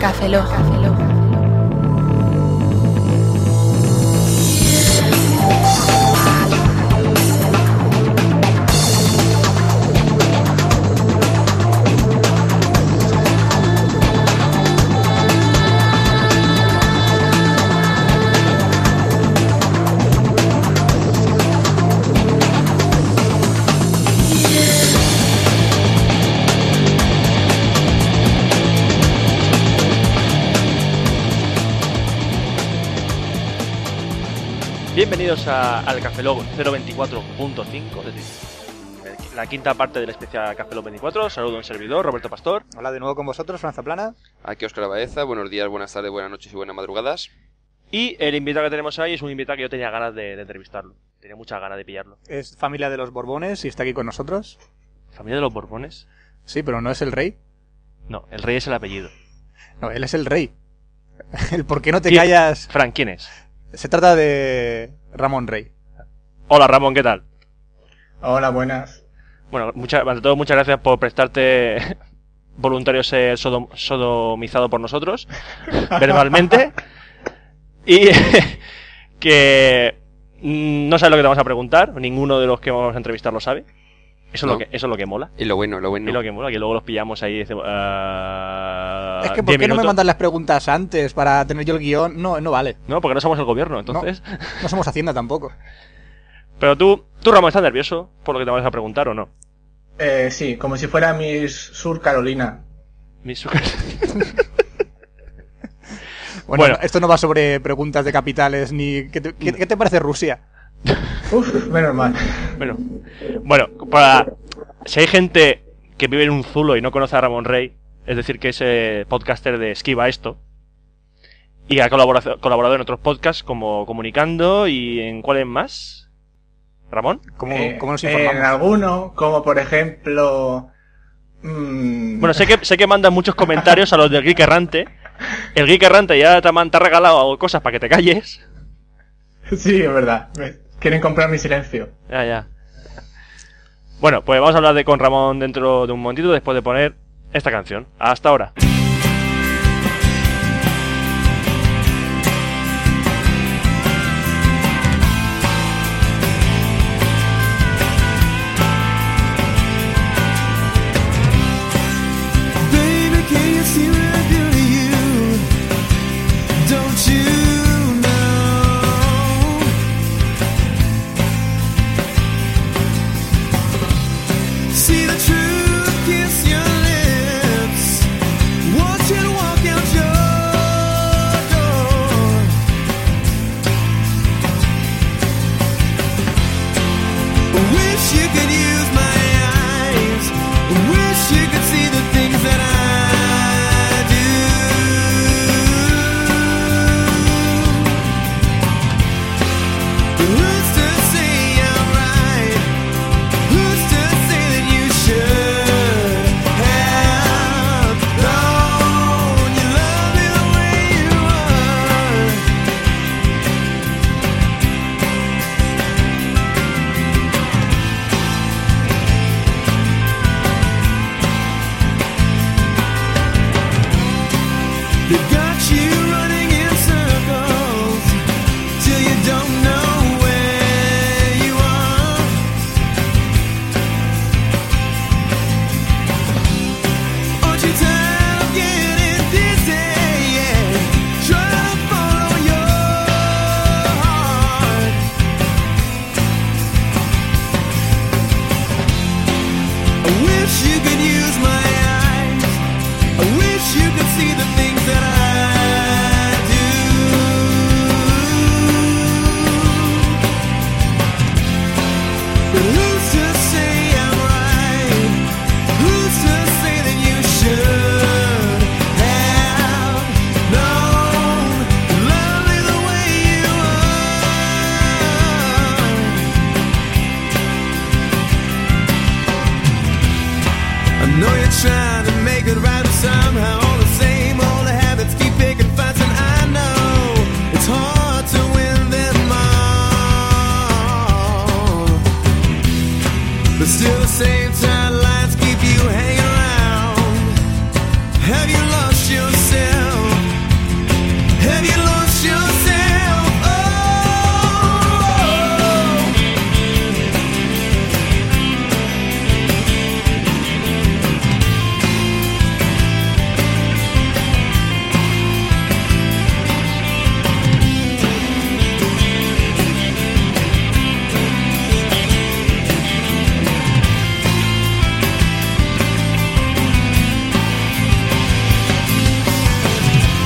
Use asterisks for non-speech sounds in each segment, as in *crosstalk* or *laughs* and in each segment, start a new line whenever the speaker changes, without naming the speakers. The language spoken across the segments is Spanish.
Café Lock. Café Lock.
Bienvenidos a- al Café Lock 024.5, es decir, la quinta parte del especial Café Lock 24. Saludo a un servidor, Roberto Pastor.
Hola de nuevo con vosotros, Franza Plana.
Aquí Oscar Baeza, buenos días, buenas tardes, buenas noches y buenas madrugadas.
Y el invitado que tenemos ahí es un invitado que yo tenía ganas de, de entrevistarlo. Tenía muchas ganas de pillarlo.
Es familia de los Borbones y está aquí con nosotros.
¿Familia de los Borbones?
Sí, pero no es el rey.
No, el rey es el apellido.
No, él es el rey. *laughs* El por qué no te
¿Quién?
callas.
Fran, ¿quién es?
Se trata de Ramón Rey.
Hola Ramón, ¿qué tal?
Hola, buenas.
Bueno, muchas, ante todo, muchas gracias por prestarte *laughs* voluntario ser sodom- sodomizado por
*laughs*
nosotros, verbalmente. Y *laughs* que mm, no sabes lo que te vamos a preguntar, ninguno de los que vamos a entrevistar lo sabe. Eso, es,
No.
lo que, eso es lo que mola.
Y lo bueno, lo bueno.
Es lo que mola, que luego los pillamos ahí y decimos. "Ah,
es que
10
¿por qué no me
minutos".
mandas las preguntas antes para tener yo el guión? No, no vale.
No, porque no somos el gobierno, entonces.
No somos Hacienda tampoco.
Pero tú, tú, Ramón, ¿estás nervioso por lo que te vamos a preguntar o no?
Eh, sí, como si fuera Miss Sur Carolina.
Mi su- Eso
Bueno,
Bueno.
esto no va sobre preguntas de capitales ni... ¿Qué te, qué- qué te parece Rusia?
Uf, menos mal.
Bueno, bueno, para si hay gente que vive en un zulo y no conoce a Ramón Rey, es decir, que es eh, podcaster de Esquiva esto y ha colaborado, colaborado en otros podcasts como Comunicando y en cuáles más, Ramón.
¿Cómo,
Eh,
cómo nos
en
informamos?
alguno, como por ejemplo... mm,
Bueno, sé que sé que mandan muchos comentarios a los del Geek Errante. El Geek Errante ya te, man- te ha regalado cosas para que te calles.
*laughs* sí, es verdad. Me- Quieren comprar mi silencio.
Ya, ya. Bueno, pues vamos a hablar de con Ramón dentro de un momentito después de poner esta canción. Hasta ahora.
Baby, can you see what I do to you? Don't you know? See the truth, kiss your lips. Watch it walk out your door. Wish you could use my eyes. Wish you could see the things that I Oh.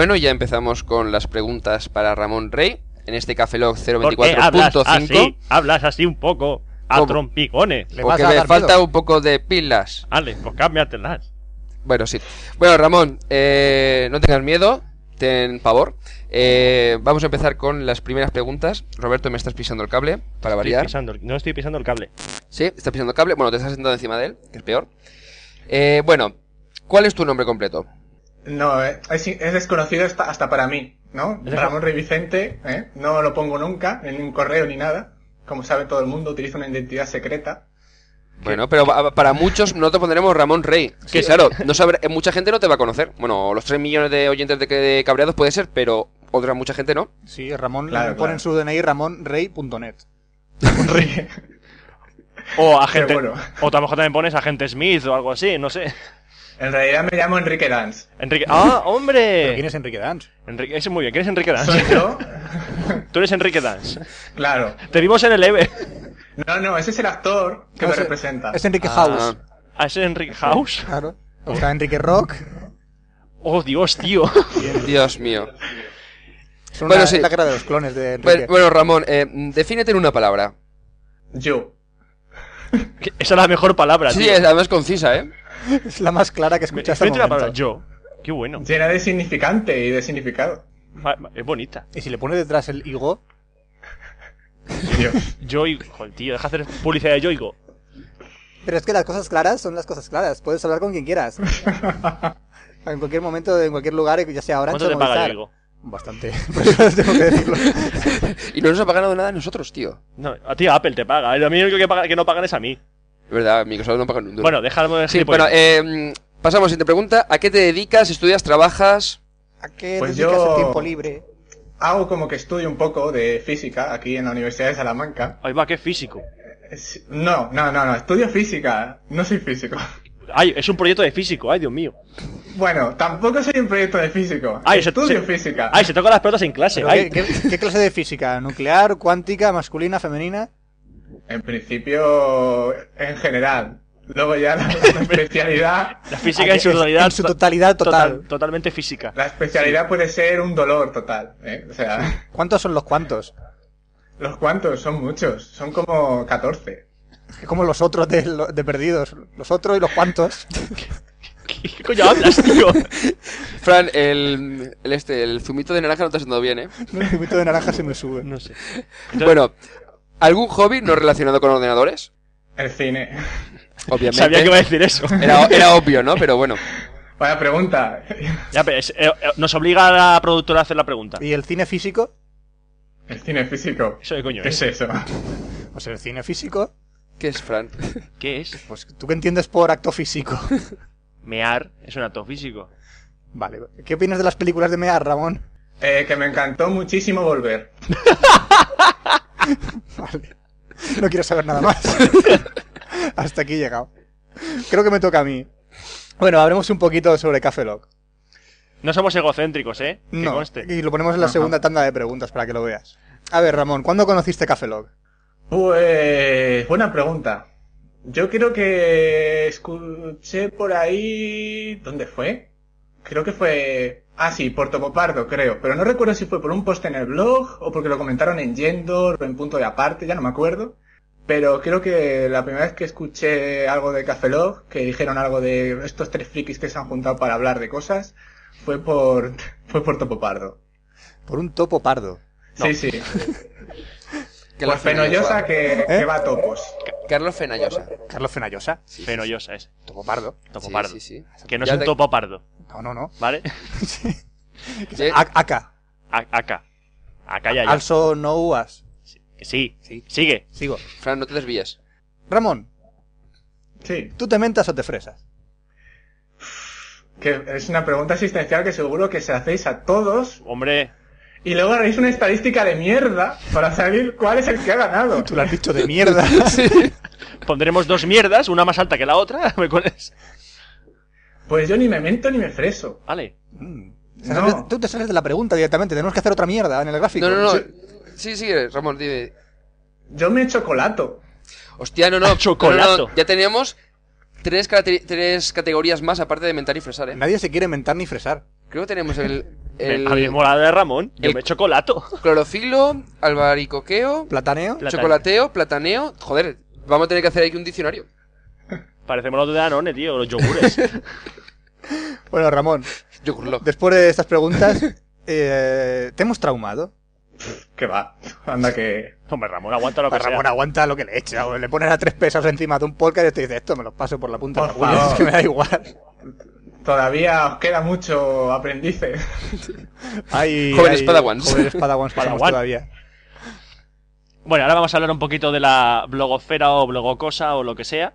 Bueno, ya empezamos con las preguntas para Ramón Rey. En este Café Log
¿Por qué hablas
024.5.
así? Hablas así un poco a
¿Cómo?
trompicones.
Le vas
Porque
a
me
dar
falta
miedo.
un poco de pilas.
Ale, pues cámbiatelas.
Bueno, sí. Bueno, Ramón, eh, no tengas miedo, ten pavor. Eh, vamos a empezar con las primeras preguntas. Roberto, me estás pisando el cable, para
Estoy
variar.
pisando el- no estoy pisando el cable.
Eh,
Sí, estás pisando el cable. Bueno, te estás sentado encima de él, que es peor. Eh, bueno, ¿cuál es tu nombre completo?
No, eh, es, es desconocido hasta, hasta para mí, ¿no?
Es
Ramón Rey Vicente, ¿eh? no lo pongo nunca en un correo ni nada. Como sabe todo el mundo, utilizo una identidad secreta.
Bueno, pero pa- para muchos no te pondremos Ramón Rey. Que claro, no sabrá- eh, mucha gente no te va a conocer. Bueno, los 3 millones de oyentes de, que- de cabreados puede ser, pero otra mucha gente no.
Sí, Ramón
Claro,
pone en
claro.
su DNI ramonrey.net.
Eh,
Ramón Rey.
O agente.
Pero bueno.
O a lo mejor también pones agente Smith o algo así, no sé.
En realidad me llamo Enrique Dance.
*laughs*
Enrique. ¡Ah,
¿Pero quién
hombre!
es Enrique Dans?
Enrique, ese muy bien. ¿Quién es Enrique
Soy
Dance?
yo.
*laughs* Tú eres Enrique Dance.
claro.
Te vimos en el EVE.
No, no, ese es el actor que
No,
me
es-
representa.
Es Enrique House.
Ah,
¿Ah, ese es Enrique House?
Claro. O sea, Enrique Rock.
Oh, Dios, tío. *laughs*
Dios mío.
Son
Bueno,
una-
sí.
la guerra de los clones de Enrique.
Bueno, bueno, Ramón, eh, defínete en una palabra.
Yo.
Que Esa es la mejor palabra,
Sí,
tío.
es además concisa, ¿eh?
es la más clara que escuché hasta el
Fíjate la palabra
este momento.
yo. Qué bueno.
Llena de significante y de significado.
Ma- ma- Es bonita.
Y si le pone detrás el higo,
Dios.
Joy. Joder, tío, deja de hacer publicidad de Yoigo.
Pero es que las cosas claras son las cosas claras. Puedes hablar con quien *laughs* quieras. en cualquier momento, en cualquier lugar, ya sea ahora
¿Cuánto te paga Yoigo?
Bastante. *laughs* Por eso tengo que decirlo.
Y no nos ha pagado nada a nosotros, tío.
No, a ti Apple te paga. A mí el único que, paga- que no pagan es a mí.
Es verdad, Microsoft no paga ni un duro.
Bueno, pues. déjame de
sí,
gilipollas.
bueno, eh, mm, pasamos a la siguiente pregunta. ¿A qué te dedicas? ¿Estudias? ¿Trabajas?
¿A qué
Pues
dedicas
yo-
el tiempo libre?
Hago como que estudio un poco de física aquí en la Universidad de Salamanca.
Ahí va, qué físico.
Es- No, no, no, no. Estudio física. No soy físico.
Ay, es un proyecto de físico, ay, Dios mío.
Bueno, tampoco soy un proyecto de físico.
Ay, se-
estudio
se-
física.
Ay, se tocan las pelotas en clase.
Pero
Ay,
¿qué, qué- qué clase de física? ¿Nuclear, cuántica, masculina, femenina?
En principio, en general. Luego ya la, la especialidad.
la física en
Es-
su totalidad.
en su totalidad total.
Totalmente física. *laughs*
La especialidad puede ser un dolor total. ¿eh? O sea,
¿Cuántos son los cuantos?
los cuantos son muchos. Son como 14.
Es como los otros de, lo- de perdidos. Los otros y los cuantos. *laughs*
¿Qué coño hablas, tío? *laughs*
Fran, el, el este, el zumito de naranja no te ha sentado bien, ¿eh?
El zumito de naranja se me sube.
No sé.
Bueno, ¿algún hobby no relacionado con ordenadores?
El cine.
Obviamente.
Sabía que iba a decir eso.
Era, era obvio, ¿no? Pero bueno.
Vaya pregunta.
*laughs* Ya, pero es- eh, eh, nos obliga a la productora a hacer la pregunta.
¿Y el cine físico?
El cine físico.
¿Eso de coño
¿Qué es
es?
eso?
Pues el cine físico.
¿Qué es Fran?
¿Qué es?
Pues tú qué entiendes por acto
*laughs*
físico.
Mear es un acto físico.
Vale. ¿Qué opinas de las películas de Mear, Ramón? *laughs*
Eh, que me encantó muchísimo volver.
Vale. No quiero saber
*laughs*
nada más. Hasta aquí he llegado. Creo que me toca a mí. Bueno, hablemos un poquito sobre Café Lock.
No somos egocéntricos, ¿eh? Que
No,
conste.
y lo ponemos en la
Ajá.
segunda tanda de preguntas para que lo veas. A ver, Ramón, ¿cuándo conociste Café Lock?
Pues, buena pregunta. Yo creo que escuché por ahí... ¿Dónde fue? Creo que fue... Ah, sí, por Topopardo, creo. Pero no recuerdo si fue por un post en el blog o porque lo comentaron en Yendo o en Punto de Aparte, ya no me acuerdo. Pero creo que la primera vez que escuché algo de Café Lock, que dijeron algo de estos tres frikis que se han juntado para hablar de cosas, fue por, *laughs* fue por Topopardo.
Por un topo pardo.
Sí, sí.
Que
Por
la
Pues Fenollosa que, que va a topos.
Carlos Fenollosa.
Carlos Fenallosa.
Fenollosa es.
Topo pardo.
Topo
Sí,
pardo.
sí, sí.
Que no
Ya
es un
te-
topo pardo,
No, no, no.
¿vale?
Sí.
A- Acá.
A- acá. Acá Eh, ya, ya.
Also no uvas.
Que Sí.
Sí.
Sigue.
Sigo.
Fran, no te desvíes.
Ramón,
Sí.
¿tú te mentas o te fresas?
Que es una pregunta existencial que seguro que se hacéis a todos.
Hombre,
Y luego haréis una estadística de mierda para saber cuál es el que ha ganado.
Tú lo
*laughs*
has dicho de mierda.
Sí.
pondremos dos mierdas, una más alta que la otra. *laughs* ¿Cuál es?
Pues yo ni me mento ni me freso.
Vale.
Mm.
No.
Tú te sales de la pregunta directamente. Tenemos que hacer otra mierda en el gráfico.
No, no, no. Sí, sí, Ramón, dime.
Yo me chocolato.
Hostia, no, no.
Ah, chocolato.
No, no, no. Ya teníamos tres, caracteri- tres categorías más aparte de mentar y fresar, ¿eh?
Nadie se quiere mentar ni fresar.
Creo que tenemos el el,
A mí me mola la de Ramón. Yo
el-
me chocolato.
clorofilo, albaricoqueo,
¿Plataneo?
Pla-
chocolateo, plataneo. Joder, vamos a tener que hacer aquí un diccionario.
*laughs* Parecemos los de Danone, tío, los yogures.
Bueno, Ramón,
Yo curlo.
después de estas
*laughs*
preguntas, eh, ¿te hemos traumado?
Que va. Anda que.
Hombre, Ramón, aguanta lo que
Pues Ramón,
sea.
aguanta lo que le echa. O le pones a tres pesos encima de un podcast y te dice esto me los paso por la punta. de los
Por
huevos, *laughs*
favor.
Es que me da igual.
Todavía os queda mucho aprendices.
Hay,
*laughs* Jóvenes
hay
padawans.
Jóvenes
*laughs*
padawans que somos
Padawan.
todavía.
Bueno, ahora vamos a hablar un poquito de la blogosfera o blogocosa o lo que sea.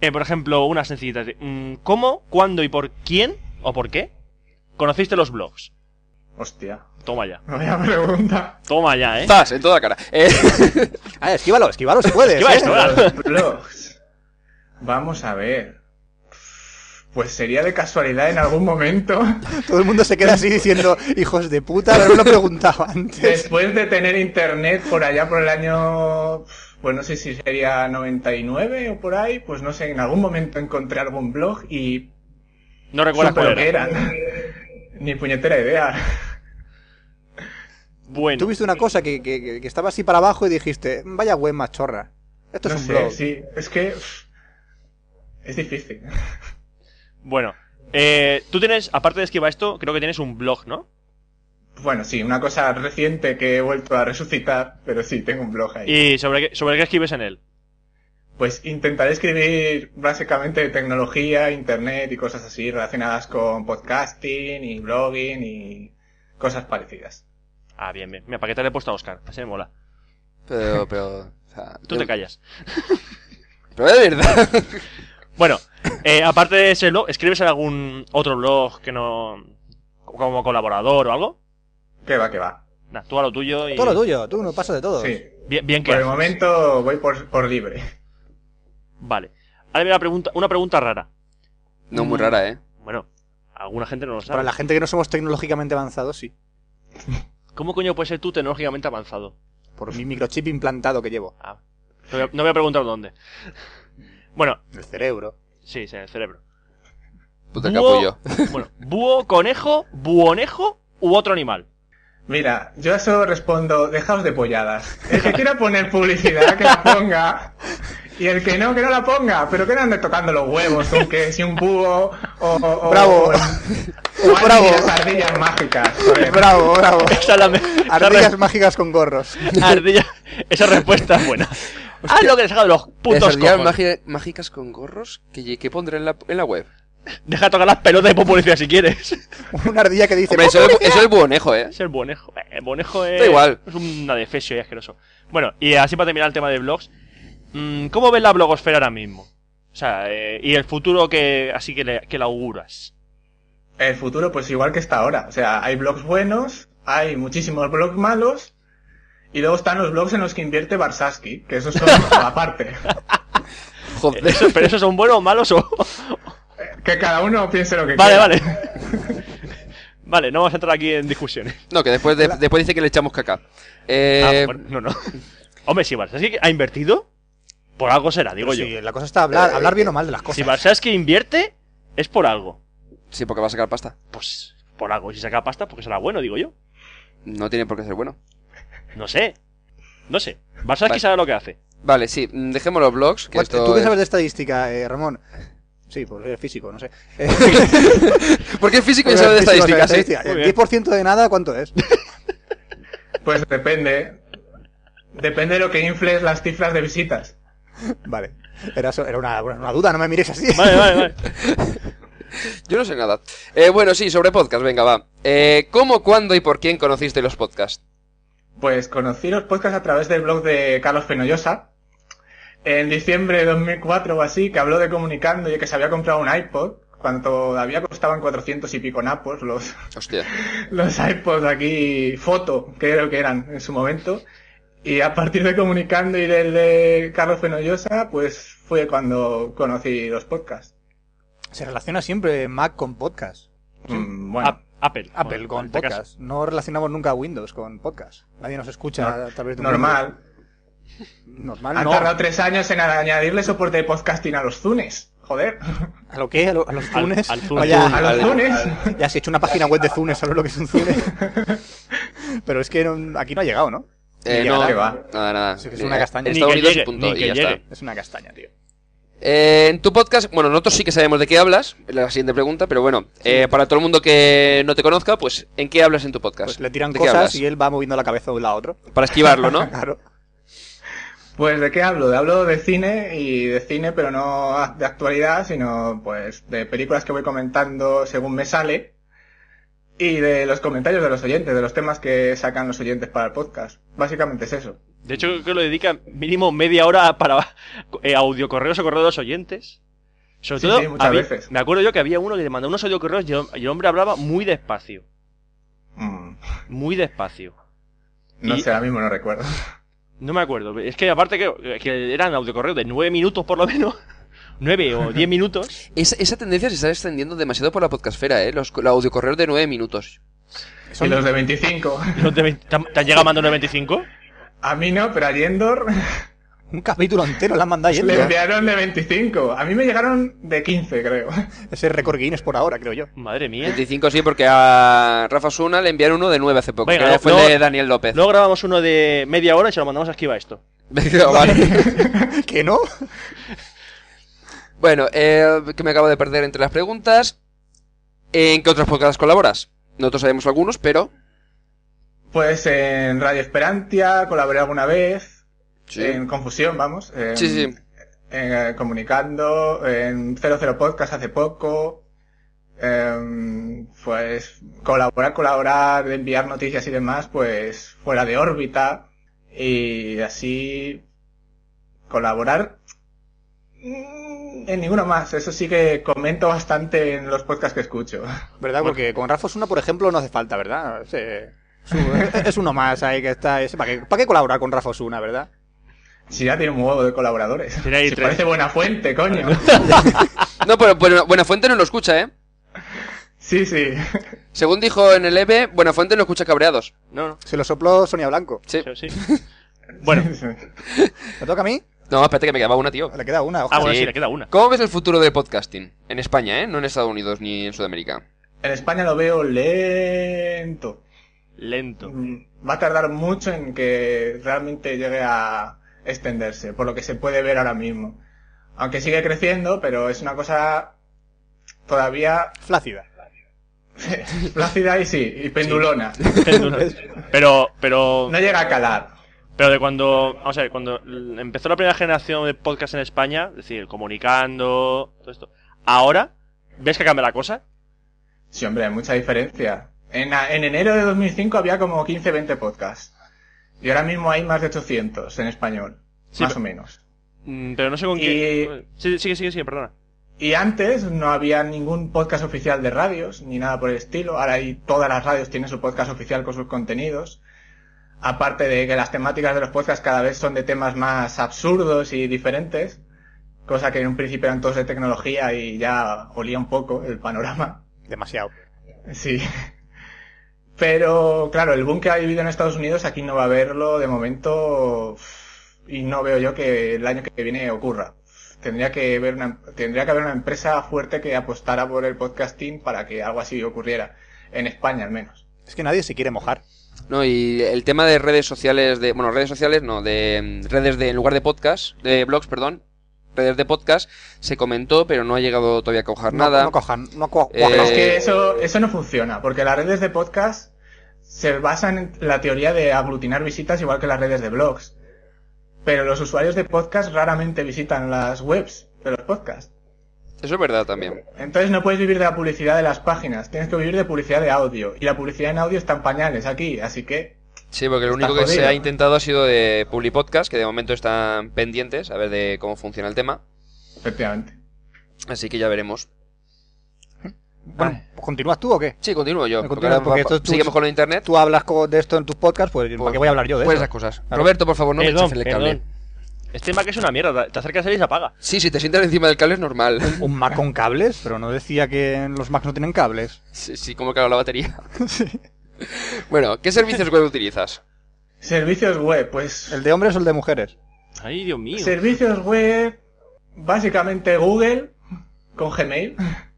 Eh, por ejemplo, una sencillita. Mm, ¿Cómo, cuándo y por quién o por qué conociste los blogs?
Hostia.
Toma ya.
Vaya pregunta.
Toma ya, ¿eh?
Zas, en toda la cara. Eh,
Ah, esquívalo, esquívalo si
*laughs*
puedes.
Esquiva
¿eh?
esto, ¿verdad?
Los blogs. Vamos a ver. Pues sería de casualidad en algún momento.
¿eh? Todo el mundo se queda así diciendo, hijos de puta, haberme lo preguntado
*laughs*
antes.
Después de tener internet por allá por el año. Pues no sé si sería 99 o por ahí. Pues no sé, en algún momento encontré algún blog y.
No recuerdas
supe lo
cuál
que
era.
eran. Ni puñetera idea.
Bueno,
Tuviste una cosa que, que- que estaba así para abajo y dijiste, vaya web más chorra. Esto
No
es un
sé,
blog.
sí. Es que. Es difícil.
bueno. Eh, tú tienes, aparte de esquiva esto, creo que tienes un blog, ¿no?
Bueno, sí, una cosa reciente que he vuelto a resucitar, pero sí, tengo un blog ahí.
¿Y sobre qué, sobre qué escribes en él?
Pues intentaré escribir básicamente de tecnología, internet y cosas así relacionadas con podcasting y blogging y cosas parecidas.
Ah, bien, bien. Mira, ¿para qué te le he puesto a Oscar? Así me mola.
pero, pero. o sea,
Tú te callas.
Pero de verdad.
Bueno, eh, aparte de ese blog, ¿escribes en algún otro blog que no. como colaborador o algo?
Que va, que va.
Nah, tú a lo tuyo y.
Todo lo tuyo, tú no pasas de todo.
Sí.
Bien, bien que.
Por el
haces.
momento voy por, por libre.
Vale. Ahora viene una pregunta, una pregunta rara.
No, muy rara, ¿eh?
Bueno, alguna gente no lo sabe.
Para la gente que no somos tecnológicamente avanzados, sí.
¿Cómo coño puedes ser tú tecnológicamente avanzado?
Por mi microchip implantado que llevo.
Ah, no voy a- no voy a preguntar dónde. Bueno,
en El cerebro.
sí, sí, en el cerebro.
Puta
Búho-
capullo.
Bueno, búho, conejo, buonejo u otro animal. *laughs*
Mira, yo a eso respondo, dejaos de polladas. El que quiera poner publicidad, que la ponga. Y el que no, que no la ponga. Pero que no ande tocando los huevos, con que si un búho o... o- o-
Bravo. *laughs*
*laughs* o alguien
Bravo.
y las ardillas mágicas. joder.
Bravo, bravo.
Esa es la me- esa
Ardillas
re-
mágicas con gorros.
*laughs* ardilla- Ah, Esa respuesta es buena. Haz lo que te salga de los
Las
putos
ardillas
cojos.
magi- mágicas con gorros que, que pondré en la, en la web.
Deja tocar las pelotas de publicidad si quieres.
Una ardilla que dice... "Pues,
Hombre, eso, es- eso es buonejo, ¿eh?
Es el buonejo. Eh, El buonejo es.
Da igual.
Es un adefesio y asqueroso. Bueno, y así para terminar el tema de blogs. mm, ¿Cómo ves la blogosfera ahora mismo? O sea, eh, y el futuro que así que le, que le auguras.
El futuro, pues igual que está ahora. O sea, hay blogs buenos, hay muchísimos blogs malos, y luego están los blogs en los que invierte Barsaski, que
*laughs*
esos son aparte.
Joder.
Eso- ¿Pero esos son buenos, malos
*laughs*
o.?
Que cada uno piense lo que
vale,
quiera.
vale. *laughs* vale, no vamos a entrar aquí en discusiones.
No, que después, de- después dice que le echamos caca. Eh,
Ah, bueno, no, no. Hombre, si Barsaski ha invertido, por algo será, digo yo.
Sí, la cosa está hablar, hablar bien o mal de las
Si
cosas.
Barsaski invierte, es por algo.
Sí, porque va a sacar pasta.
Pues por algo. Y Si saca pasta, porque será bueno, digo yo.
No tiene por qué ser bueno.
No sé. No sé. Barsaski
Vale.
sabe lo que hace.
Vale, sí, mm, dejemos los blogs. Que
Bueno,
esto
Pues, ¿Tú qué
es-
sabes de estadística, eh, Ramón? Sí, pues soy físico, no sé. Eh,
Porque el físico ya sabe de
*laughs* físico,
estadísticas, ¿eh?
sabe
sí.
estadística.
Muy
El
bien.
10% de nada, ¿cuánto es?
Pues depende. Depende de lo que infles las cifras de visitas.
Vale. Era, so- era una, una duda, no me mires así.
Vale, vale, vale.
Yo no sé nada. Eh, bueno, sí, sobre podcast, venga, va. Eh, ¿Cómo, cuándo y por quién conociste los podcasts?
Pues conocí los podcasts a través del blog de Carlos Fenollosa. En diciembre de 2004 o así, que habló de comunicando y de que se había comprado un iPod, cuando todavía costaban 400 y pico napos los, *laughs*
Hostia.
los iPods aquí foto, que creo que eran en su momento. Y a partir de Comunicando y del de Carlos Fenollosa, pues fue cuando conocí los podcasts.
Se relaciona siempre Mac con podcast.
Mm, bueno,
Ap- Apple.
Apple
*laughs* Bueno, en
con
este caso.
podcast. No relacionamos nunca Windows con podcast. Nadie nos escucha
No-
a través de un
normal.
Windows. Normal,
Han
Ah, no.
tardado tres años en añadirle soporte de podcasting a los Zunes. Joder.
¿A lo qué? ¿A, lo- a los
Al-
zunes?
al
O
zune.
ya-
A los
Al-
lunes.
Ya has hecho una página web de Zune, ¿sabes lo que es un Zune? Pero es que no- aquí no ha llegado, ¿no?
Eh,
Ni
no,
que va.
nada, nada. Eh,
Sí, que es una castaña.
En
Ni
Estados
que
Unidos y
llegue,
punto,
ni
y
que
ya
llegue.
está.
Es una castaña, tío.
Eh, en tu podcast, bueno, nosotros sí que sabemos de qué hablas, es la siguiente pregunta, pero bueno, eh, para todo el mundo que no te conozca, pues, ¿en qué hablas en tu podcast?
Pues le tiran
¿De qué
cosas
hablas?
y él va moviendo la cabeza de un lado a
*laughs*
otro.
Para
*laughs*
esquivarlo, ¿no?
Claro.
Pues de qué hablo? Hablo de cine y de cine, pero no a- de actualidad, sino pues de películas que voy comentando según me sale y de los comentarios de los oyentes, de los temas que sacan los oyentes para el podcast. Básicamente es eso.
De hecho, creo que lo dedica mínimo media hora para eh, audiocorreos o correos de los oyentes. Sobre
Sí,
todo,
sí, muchas
había-
veces.
me acuerdo yo que había uno que le mandó unos audiocorreos y el y el hombre hablaba muy despacio.
Mm,
Muy despacio.
no
Y-
sé, ahora mismo no recuerdo.
No me acuerdo. Es que aparte que, que eran audiocorreos de nueve minutos por lo menos. *laughs* Nueve o diez minutos.
Esa, esa tendencia se está extendiendo demasiado por la podcastfera, ¿eh? Los, los audiocorreos de 9 minutos.
Y los de 25.
Y los de veinte- ¿Te han te han llegado mandando 95?
A mí no, pero a Yendor
Un capítulo entero la han mandado
le
ayer.
enviaron de 25. A mí me llegaron de 15, creo.
Ese récord Guinness por ahora, creo yo.
Madre mía.
25 sí, porque a Rafa Osuna le enviaron uno de 9 hace poco,
Venga,
que
no,
fue
no-
el de Daniel López.
Luego grabamos uno de media hora y se lo mandamos a esquiva esto.
*laughs* Venga, vale.
*laughs* ¿Que no?
Bueno, eh, que me acabo de perder entre las preguntas. ¿En qué otros podcasts colaboras? Nosotros sabemos algunos, pero...
Pues en Radio Esperantia colaboré alguna vez.
Sí.
En Confusión, vamos. en-
Sí, sí.
en, eh, comunicando, en 00 Podcast hace poco, em, pues colaborar, colaborar, enviar noticias y demás, pues fuera de órbita y así colaborar. mm, En ninguno más, eso sí que comento bastante en los podcasts que escucho. *laughs*
¿Verdad? Porque con Rafa Osuna, por ejemplo, no hace falta, ¿verdad? Sí. Es un- Es uno más ahí que está. ese. ¿Para qué, para qué colaborar con Rafa Osuna, verdad?
Si ya tiene un huevo de colaboradores.
Tiene ahí
Si
tres.
parece buena fuente, coño.
No, pero Buena- Buenafuente no lo escucha, ¿eh?
Sí, sí.
Según dijo en el E EVE, Buenafuente no escucha cabreados.
No, no.
Se lo sopló Sonia Blanco.
Sí.
Sí. *laughs*
*laughs*
Bueno.
¿Me toca a mí?
No, espérate que me quedaba una, tío.
Le queda una. ojo.
Ah, bueno,
Sí.
sí, le queda una.
¿Cómo ves el futuro del podcasting? En España, ¿eh? No en Estados Unidos ni en Sudamérica.
En España lo veo lento.
*laughs* Lento.
Mm, va a tardar mucho en que realmente llegue a extenderse, por lo que se puede ver ahora mismo. Aunque sigue creciendo, pero es una cosa
*laughs*
todavía
Flácida.
plácida y sí, y pendulona.
Pero, pero.
No llega a calar.
Pero de cuando, vamos a ver, cuando l- empezó la primera generación de podcast en España, es decir, comunicando, todo esto, ahora, ¿ves que cambia la cosa?
Sí, hombre, hay mucha diferencia. En, a- en enero de 2005 había como 15, 20 podcasts. Y ahora mismo hay más de 800 en español,
Sí,
más
pe-
o menos.
Mm, Pero no sé con
Y-
Eh,
qué... Sí, sigue, sigue, sigue, perdona.
Y antes no había ningún podcast oficial de radios, ni nada por el estilo. Ahora ahí todas las radios tienen su podcast oficial con sus contenidos. Aparte de que las temáticas de los podcasts cada vez son de temas más absurdos y diferentes, cosa que en un principio eran todos de tecnología y ya olía un poco el panorama.
Demasiado.
Sí. Pero claro, el boom que ha vivido en Estados Unidos aquí no va a haberlo de momento y no veo yo que el año que viene ocurra. Tendría que ver una, tendría que haber una empresa fuerte que apostara por el podcasting para que algo así ocurriera en España al menos.
Es que nadie se quiere mojar.
No, y el tema de redes sociales, de, bueno, redes sociales no, de mm, redes de, en lugar de podcast, de blogs, perdón, redes de podcast, se comentó, pero no ha llegado todavía a cojar
No-
nada.
No, cojan. No co-
Eh,
Pero es
cuajan.
que eso eso no funciona porque las redes de podcast se basan en la teoría de aglutinar visitas igual que las redes de blogs. Pero los usuarios de podcast raramente visitan las webs de los podcasts.
Eso es verdad también.
Entonces no puedes vivir de la publicidad de las páginas, tienes que vivir de publicidad de audio. Y la publicidad en audio está en pañales aquí, así que
Sí, porque lo
Está
único que se
jodido.
ha intentado ha sido de Publipodcast, que de momento están pendientes a ver de cómo funciona el tema.
efectivamente.
Así que ya veremos. ah.
Bueno, pues, ¿continúas tú o qué?
Sí, continúo yo.
Me
porque
continúas,
ahora
porque
va-
esto es tu-
Seguimos con lo de internet.
Tú hablas co- de esto en tus podcasts, pues, ¿para
Pues-
qué voy a hablar yo de
pues
esto?
esas cosas.
Claro.
Roberto, por favor, no me
perdón,
eches el
perdón.
cable.
Este Mac es una mierda, te acercas a él y se apaga.
Sí, si te sientas encima del cable
*laughs*
es normal.
¿Un Mac con cables? Pero no decía que los Macs no tienen cables.
Sí, sí, como que
*laughs*
la batería. Bueno, ¿qué servicios web utilizas?
Servicios web, pues
¿El de hombres o el de mujeres?
Ay, Dios mío.
servicios web, básicamente Google, con Gmail. *laughs*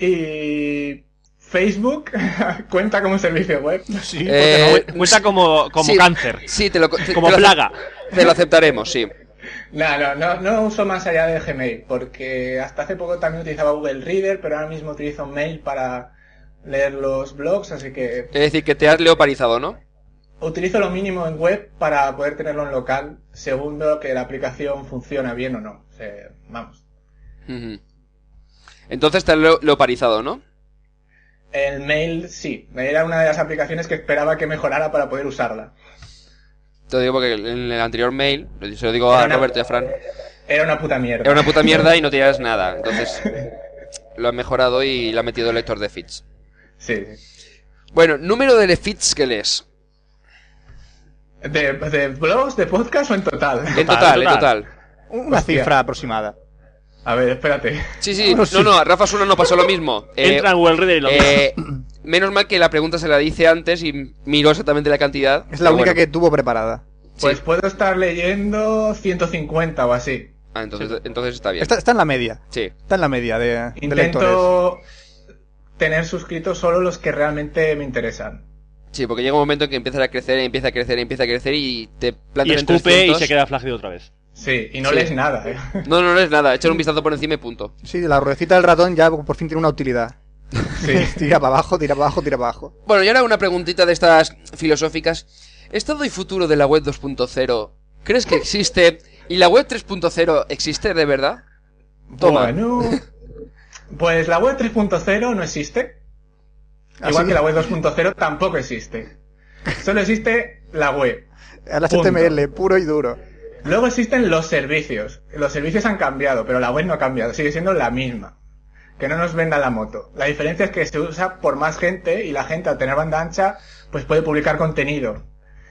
Y Facebook *laughs* cuenta como servicio web.
Sí,
Eh,
porque
Cu- Cuenta como, como
Sí,
cáncer,
Sí, te lo, te-
como
te lo acep-
plaga.
Te lo aceptaremos, sí.
No, no, no, no uso más allá de Gmail, porque hasta hace poco también utilizaba Google Reader, pero ahora mismo utilizo Mail para leer los blogs, así que
Es decir, que te has leoparizado, ¿no?
utilizo lo mínimo en web para poder tenerlo en local. Segundo, que la aplicación funciona bien o no. O sea, vamos.
Ujú. Entonces te has leo- leoparizado, ¿no?
El mail sí, era una de las aplicaciones que esperaba que mejorara para poder usarla.
Te lo digo porque en el anterior mail, lo- se lo digo a
Era una-
Roberto y a Fran,
Era una puta mierda.
era una puta mierda y no tenías nada. Entonces lo han mejorado y le han metido el lector de feeds.
Sí, sí.
Bueno, número de feeds que lees.
¿De, de blogs, de podcast o en total?
En total, en
total.
total.
Una
Hostia.
cifra aproximada.
A ver, espérate.
Sí, sí,
Bueno, sí.
no, no, a Rafa Suna no pasó lo mismo.
*laughs*
Eh,
Entra en Google Reader y lo
eh, menos mal que la pregunta se la dice antes y miró exactamente la cantidad.
Es la
pero
única
bueno.
que tuvo preparada.
Pues puedo estar leyendo 150 o así.
Ah, entonces, entonces está bien.
Está, está en la media.
Sí.
Está en la media de, de lectores.
Intento tener suscritos solo los que realmente me interesan.
Sí, porque llega un momento en que empieza a crecer, empieza a crecer, empieza a crecer y te
y
plantas en
escupe
300.
y se queda flácido otra vez.
Sí, y no
Sí.
lees nada, ¿eh?
No, no, no es nada, echar un vistazo por encima y punto.
Sí, la ruedecita del ratón ya por fin tiene una utilidad.
Sí.
*laughs* tira para abajo, tira para abajo, tira para abajo.
Bueno, y ahora una preguntita de estas filosóficas. ¿Estado y futuro de la web 2.0 crees que existe? ¿Y la web 3.0 existe de verdad? Toma.
Bueno, pues la web 3.0 no existe.
¿Ah,
Igual
sí?
que la web 2.0 tampoco existe. Solo existe la web.
El
Punto.
HTML puro y duro.
Luego existen los servicios. Los servicios han cambiado, pero la web no ha cambiado. Sigue siendo la misma. Que no nos venda la moto. La diferencia es que se usa por más gente y la gente al tener banda ancha pues puede publicar contenido.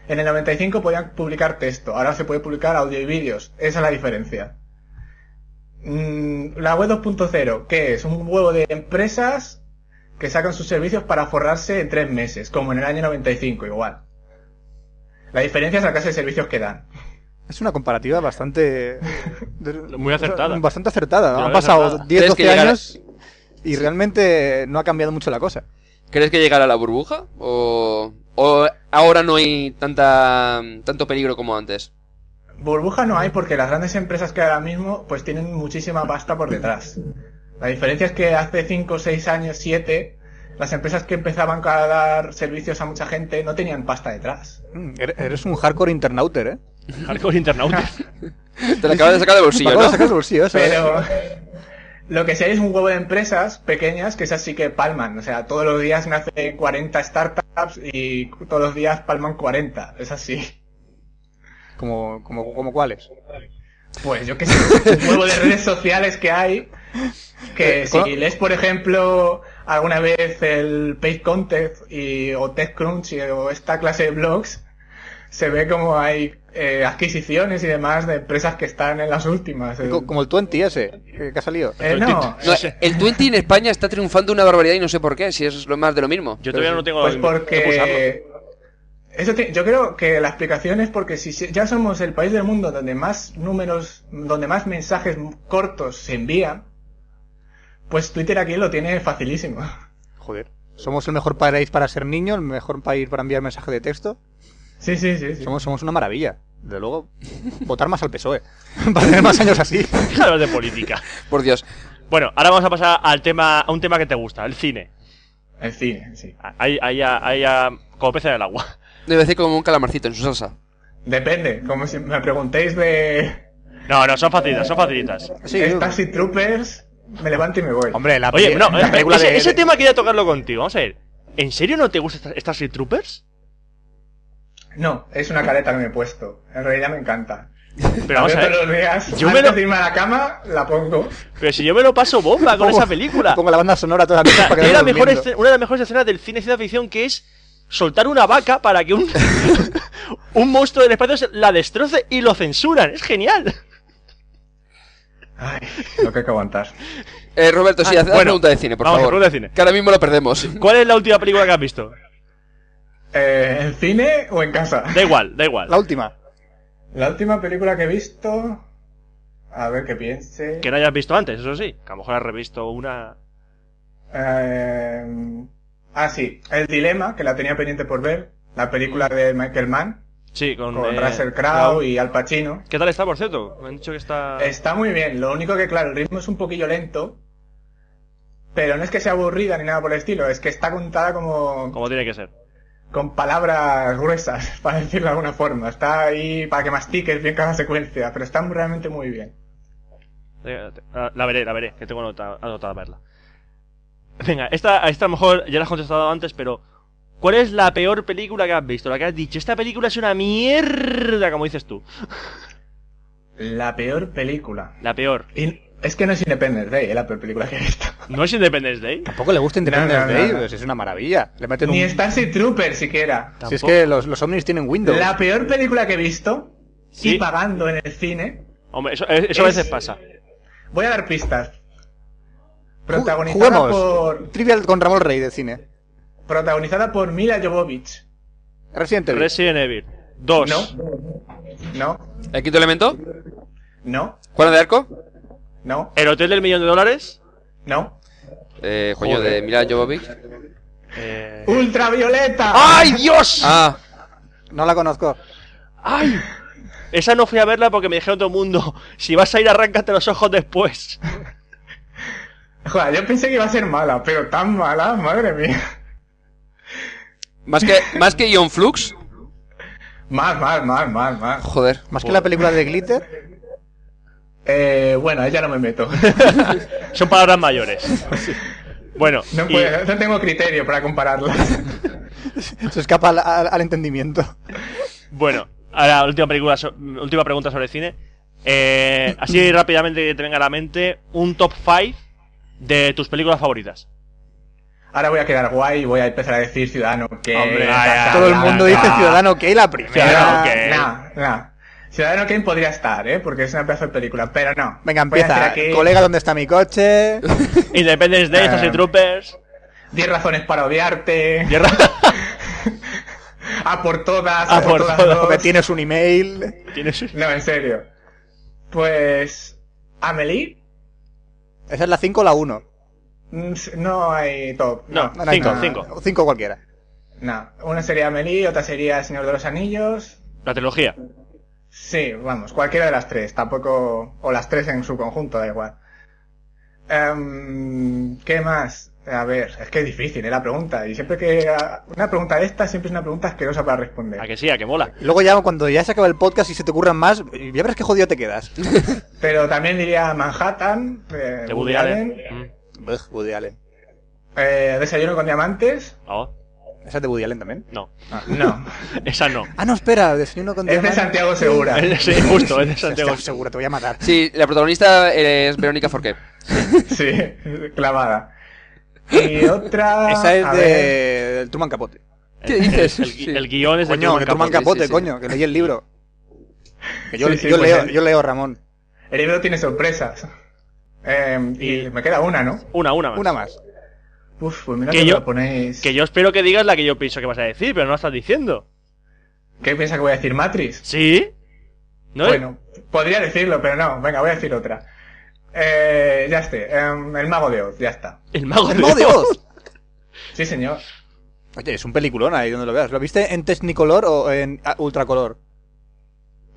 En el 95 podían publicar texto, ahora se puede publicar audio y vídeos. Esa es la diferencia. Mm, La web 2.0, ¿qué es? Un huevo de empresas que sacan sus servicios para forrarse en tres meses, como en el año 95 igual. La diferencia es la clase de servicios que dan.
Es una comparativa bastante. de-
Muy acertada.
o sea, Bastante acertada.
Pero
Han
es
pasado
acertada.
10,
Tienes
12
que llegar a-
años y realmente no ha cambiado mucho la cosa.
¿Crees que llegará la burbuja? ¿O, o ahora no hay tanta, tanto peligro como antes?
Burbuja no hay porque las grandes empresas que hay ahora mismo pues tienen muchísima pasta por detrás. La diferencia es que hace 5, 6 años, 7, las empresas que empezaban a dar servicios a mucha gente no tenían pasta detrás.
Mm, er- Eres un hardcore internauter, ¿eh?
Hardcore internauta.
*laughs*
Te la acabas de sacar del
Me
bolsillo,
acabo de
¿no?
sacar el bolsillo, eso, ¿eh?
Pero *laughs* lo que sí hay es un huevo de empresas pequeñas que esas sí que palman. O sea, todos los días nacen 40 startups y todos los días palman 40. Es así.
Como, como, como cuáles.
Pues yo qué sé, un huevo de redes sociales que hay. Que
Eh,
si
¿cómo?
lees, por ejemplo, alguna vez el Page Contest y, o TechCrunch y- o esta clase de blogs, se ve como hay eh, adquisiciones y demás de empresas que están en las últimas. Eh,
Co- Como el 20 ese que que ha salido.
eh, no,
No, el 20 en España está triunfando una barbaridad y no sé por qué, si es lo más de lo mismo.
Yo todavía no tengo.
Pues
tengo que usarlo.
porque. Eso te- yo creo que la explicación es porque si se- ya somos el país del mundo donde más números, donde más mensajes cortos se envían, pues Twitter aquí lo tiene facilísimo. *laughs*
Joder. Somos el mejor país para ser niño, el mejor país para enviar mensaje de texto.
Sí, sí, sí. sí.
Somos, somos una maravilla. De luego, votar más al PSOE. E. *laughs* Para tener más años así.
Deja de hablar de política.
Por Dios.
Bueno, ahora vamos a pasar al tema, a un tema que te gusta, el cine.
El cine, sí.
Ahí, ahí, ahí, ahí- como pez en el agua.
Debe ser como un calamarcito en su salsa.
Depende, como si me preguntéis de
No, no, son facilitas, son facilitas.
Sí,
Starship Troopers, me levanto y me voy.
Hombre, la,
Oye,
peli-
no,
la
eh,
película
ese,
de-
ese
de-
tema quería tocarlo contigo. Vamos a ver. ¿En serio no te gusta Star- Starship Troopers?
No, es una careta que me he puesto. En realidad me encanta.
Pero vamos
Yo
a ver.
todos los días,
Yo me
antes
lo-
de irme a la cama, la pongo.
Pero si yo me lo paso bomba
*laughs*
con
Pongo-
esa película.
Pongo la banda sonora toda la
O
noche
sea,
para
tiene
quedarme
la mejor
durmiendo.
escena- una de las mejores escenas del cine de ciencia ficción que es soltar una vaca para que un, *laughs* un monstruo del espacio se- la destroce y lo censuran. Es genial.
Ay, lo que hay que aguantar.
Eh, Roberto, sí,
Ah,
haz haz
bueno.
pregunta de cine, por
Vamos,
favor.
pregunta de cine.
Que ahora mismo lo perdemos.
¿Cuál es la última película que has visto?
Eh, ¿En cine o en casa?
Da igual, da igual.
La última.
La última película que he visto. A ver qué piense.
Que no hayas visto antes, eso sí. Que a lo mejor has revisto una.
Eh, ah, sí. El dilema, que la tenía pendiente por ver. La película de Michael Mann.
Sí, con.
Con
eh,
Russell Crowe y Al Pacino.
¿Qué tal está, por cierto? Me han dicho que está.
Está muy bien. Lo único que, claro, el ritmo es un poquillo lento. Pero no es que sea aburrida ni nada por el estilo. Es que está contada como
Como tiene que ser.
con palabras gruesas, *laughs* para decirlo de alguna forma. Está ahí para que mastiques bien cada secuencia, pero está realmente muy bien.
Eh, ah, La veré, la veré, que tengo anota- anotada verla. Venga, esta, a esta a lo mejor ya la has contestado antes, pero. ¿Cuál es la peor película que has visto? La que has dicho, esta película es una mierda, como dices tú.
La peor película.
La peor.
Y es que no es Independence Day, es la peor película que he visto.
¿No es Independence Day?
Tampoco le gusta Independence
No, no, no,
Day,
no.
pues es una maravilla. Le meten
Ni
un...
Starship Trooper siquiera.
Si es
Tampoco.
que los, los ovnis tienen Windows.
La peor película que he visto,
Sí.
y pagando en el cine,
Hombre, eso, eh, eso a
Es-
veces pasa.
voy a dar pistas.
Ju-
Protagonizada
Juguemos.
por,
Trivial con Ramón Rey de cine.
protagonizada por Mila Jovovich.
Resident Evil.
Resident Evil 2.
No, no,
¿El quinto elemento?
no,
¿Cuál de arco?
no,
El hotel del millón de dólares.
no.
Eh, coño, de Mila Jovovich.
Eh,
¡Ultravioleta!
¡Ay, Dios! Ah,
No la conozco.
¡Ay! Esa no fui a verla porque me dijeron todo el mundo, si vas a ir arráncate los ojos después.
Joder, yo pensé que iba a ser mala, pero tan mala, madre mía.
más que, más que Ion Flux.
Más, más, más, más, más.
Joder.
Más que la película de Glitter. *laughs*
Eh, bueno, ahí ya no me meto. *laughs*
Son palabras mayores. Bueno,
No,
y-
puedo, no tengo criterio
*laughs*
para compararlas.
Se escapa al, al- al entendimiento.
bueno, ahora última película, so- última pregunta sobre cine. Eh, así rápidamente que te venga a la mente un top 5 de tus películas favoritas.
Ahora voy a quedar guay y voy a empezar a decir ciudadano que.
Hombre,
Ta,
ay,
ta,
ay,
Todo el
ta,
mundo
ta.
dice Ciudadano Kane la primera.
Ciudadano Kane.
Nah, nah. Ciudadano Kane podría estar, ¿eh? Porque es una pedazo de película, pero no.
Venga,
Voy a hacer
empieza.
aquí
Colega, ¿dónde está mi *laughs* coche?
Independence Day, Starship
Eh.
Troopers,
10 razones para odiarte.
Guerra...
A por todas.
A por todas,
dos.
Porque tienes un email.
¿Tienes?
No, en serio. Pues. Amelie.
¿Esa es la 5 o la 1?
mm, No hay top.
No,
No, no,
cinco,
no.
cinco.
Cinco cualquiera.
No, una sería Amelie, otra sería El Señor de los Anillos.
La trilogía.
Sí, vamos, cualquiera de las tres, tampoco. O las tres en su conjunto, da igual. Em, ¿Qué más? A ver, es que es difícil, ¿eh? La pregunta. Y siempre que. ah, Una pregunta de esta siempre es una pregunta asquerosa para responder.
A que sí, a que mola.
Y Luego ya cuando ya se acaba el podcast y se te ocurran más, ya verás qué jodido te quedas.
Pero también diría Manhattan, eh,
De
Woody Allen,
Mm.
Ugh, Woody Allen.
eh, Desayuno con Diamantes.
No,
¿Esa es de Woody Allen también?
no.
*laughs* No,
Esa no. *laughs*
Ah, no, espera, desayuno con
es de
diamantes.
Santiago Segura.
Sí, justo, es de Santiago.
*laughs* Estás segura, te voy a matar.
Sí, la protagonista es Verónica Forqué.
Sí, clavada. Y otra.
Esa es
a
de
ver,
del Truman Capote.
¿Qué dices?
El, el-
Sí.
el guión es de
Coño, que
Truman
Truman
Capote.
Capote,
sí, sí.
coño, que leí el libro. Que yo,
Sí, sí,
yo
pues
leo,
el-
yo leo Ramón.
El libro tiene sorpresas. Em, y,
Y-
me queda una, ¿no?
Una, una más.
Una más.
Uf, pues mira
Que
que me
yo-
lo ponéis.
Que yo espero que digas la que yo pienso que vas a decir, pero no la estás diciendo.
¿Qué piensa que voy a decir? ¿Matrix?
¿Sí? ¿No es?
Bueno, podría decirlo, pero no. Venga, voy a decir otra. Eh, ya esté. em, el mago de Oz, ya está.
El mago
¡El
de
modo de
Oz.
Oz!
Sí, señor.
Oye, es un peliculón ahí donde lo veas. ¿Lo viste en Technicolor o en ah, Ultracolor?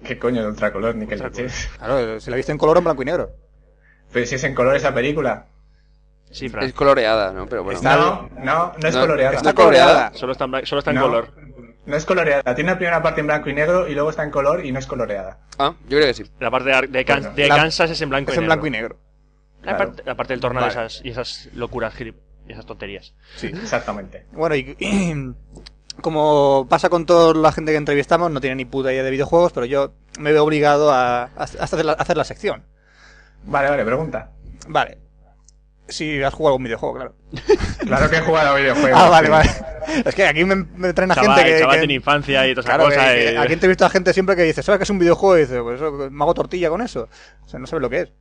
¿Qué coño de ultracolor, ni que leches?
Claro, si la viste en color o en blanco y negro.
*laughs* Pero si es en color esa película.
Sí, Fran.
Es coloreada, ¿no? Pero bueno.
Está-
No, no, no es
No,
coloreada.
está coloreada.
Solo está en, blan- solo está en
No,
color.
No es coloreada. Tiene una primera parte en blanco y negro y luego está en color y no es coloreada.
Ah, yo creo que sí.
La parte de, Ar- de Can-
Bueno,
de
la-
Kansas es en blanco
Es
y
en
negro.
blanco y negro.
La,
claro.
parte, la parte del tornado
Vale.
y esas, y esas locuras gilip- y esas tonterías.
Sí.
Exactamente.
Bueno, y *clears throat* como pasa con toda la gente que entrevistamos, no tiene ni puta idea de videojuegos, pero yo me veo obligado a, a hacer, la, a hacer la sección.
Vale, vale, pregunta.
Vale. Si has jugado algún videojuego, claro.
Claro que he jugado a videojuegos.
*laughs* Ah, vale,
sí.
vale. *laughs* Es que aquí me, me traen a
Chaval,
gente que...
chaval
que-
tiene infancia y todas esas
claro, que-
cosas. eh.
que
y-
aquí entrevisto a gente siempre que dice, ¿sabes que es un videojuego? Y dice, pues eso, me hago tortilla con eso. O sea, no sabes lo que es.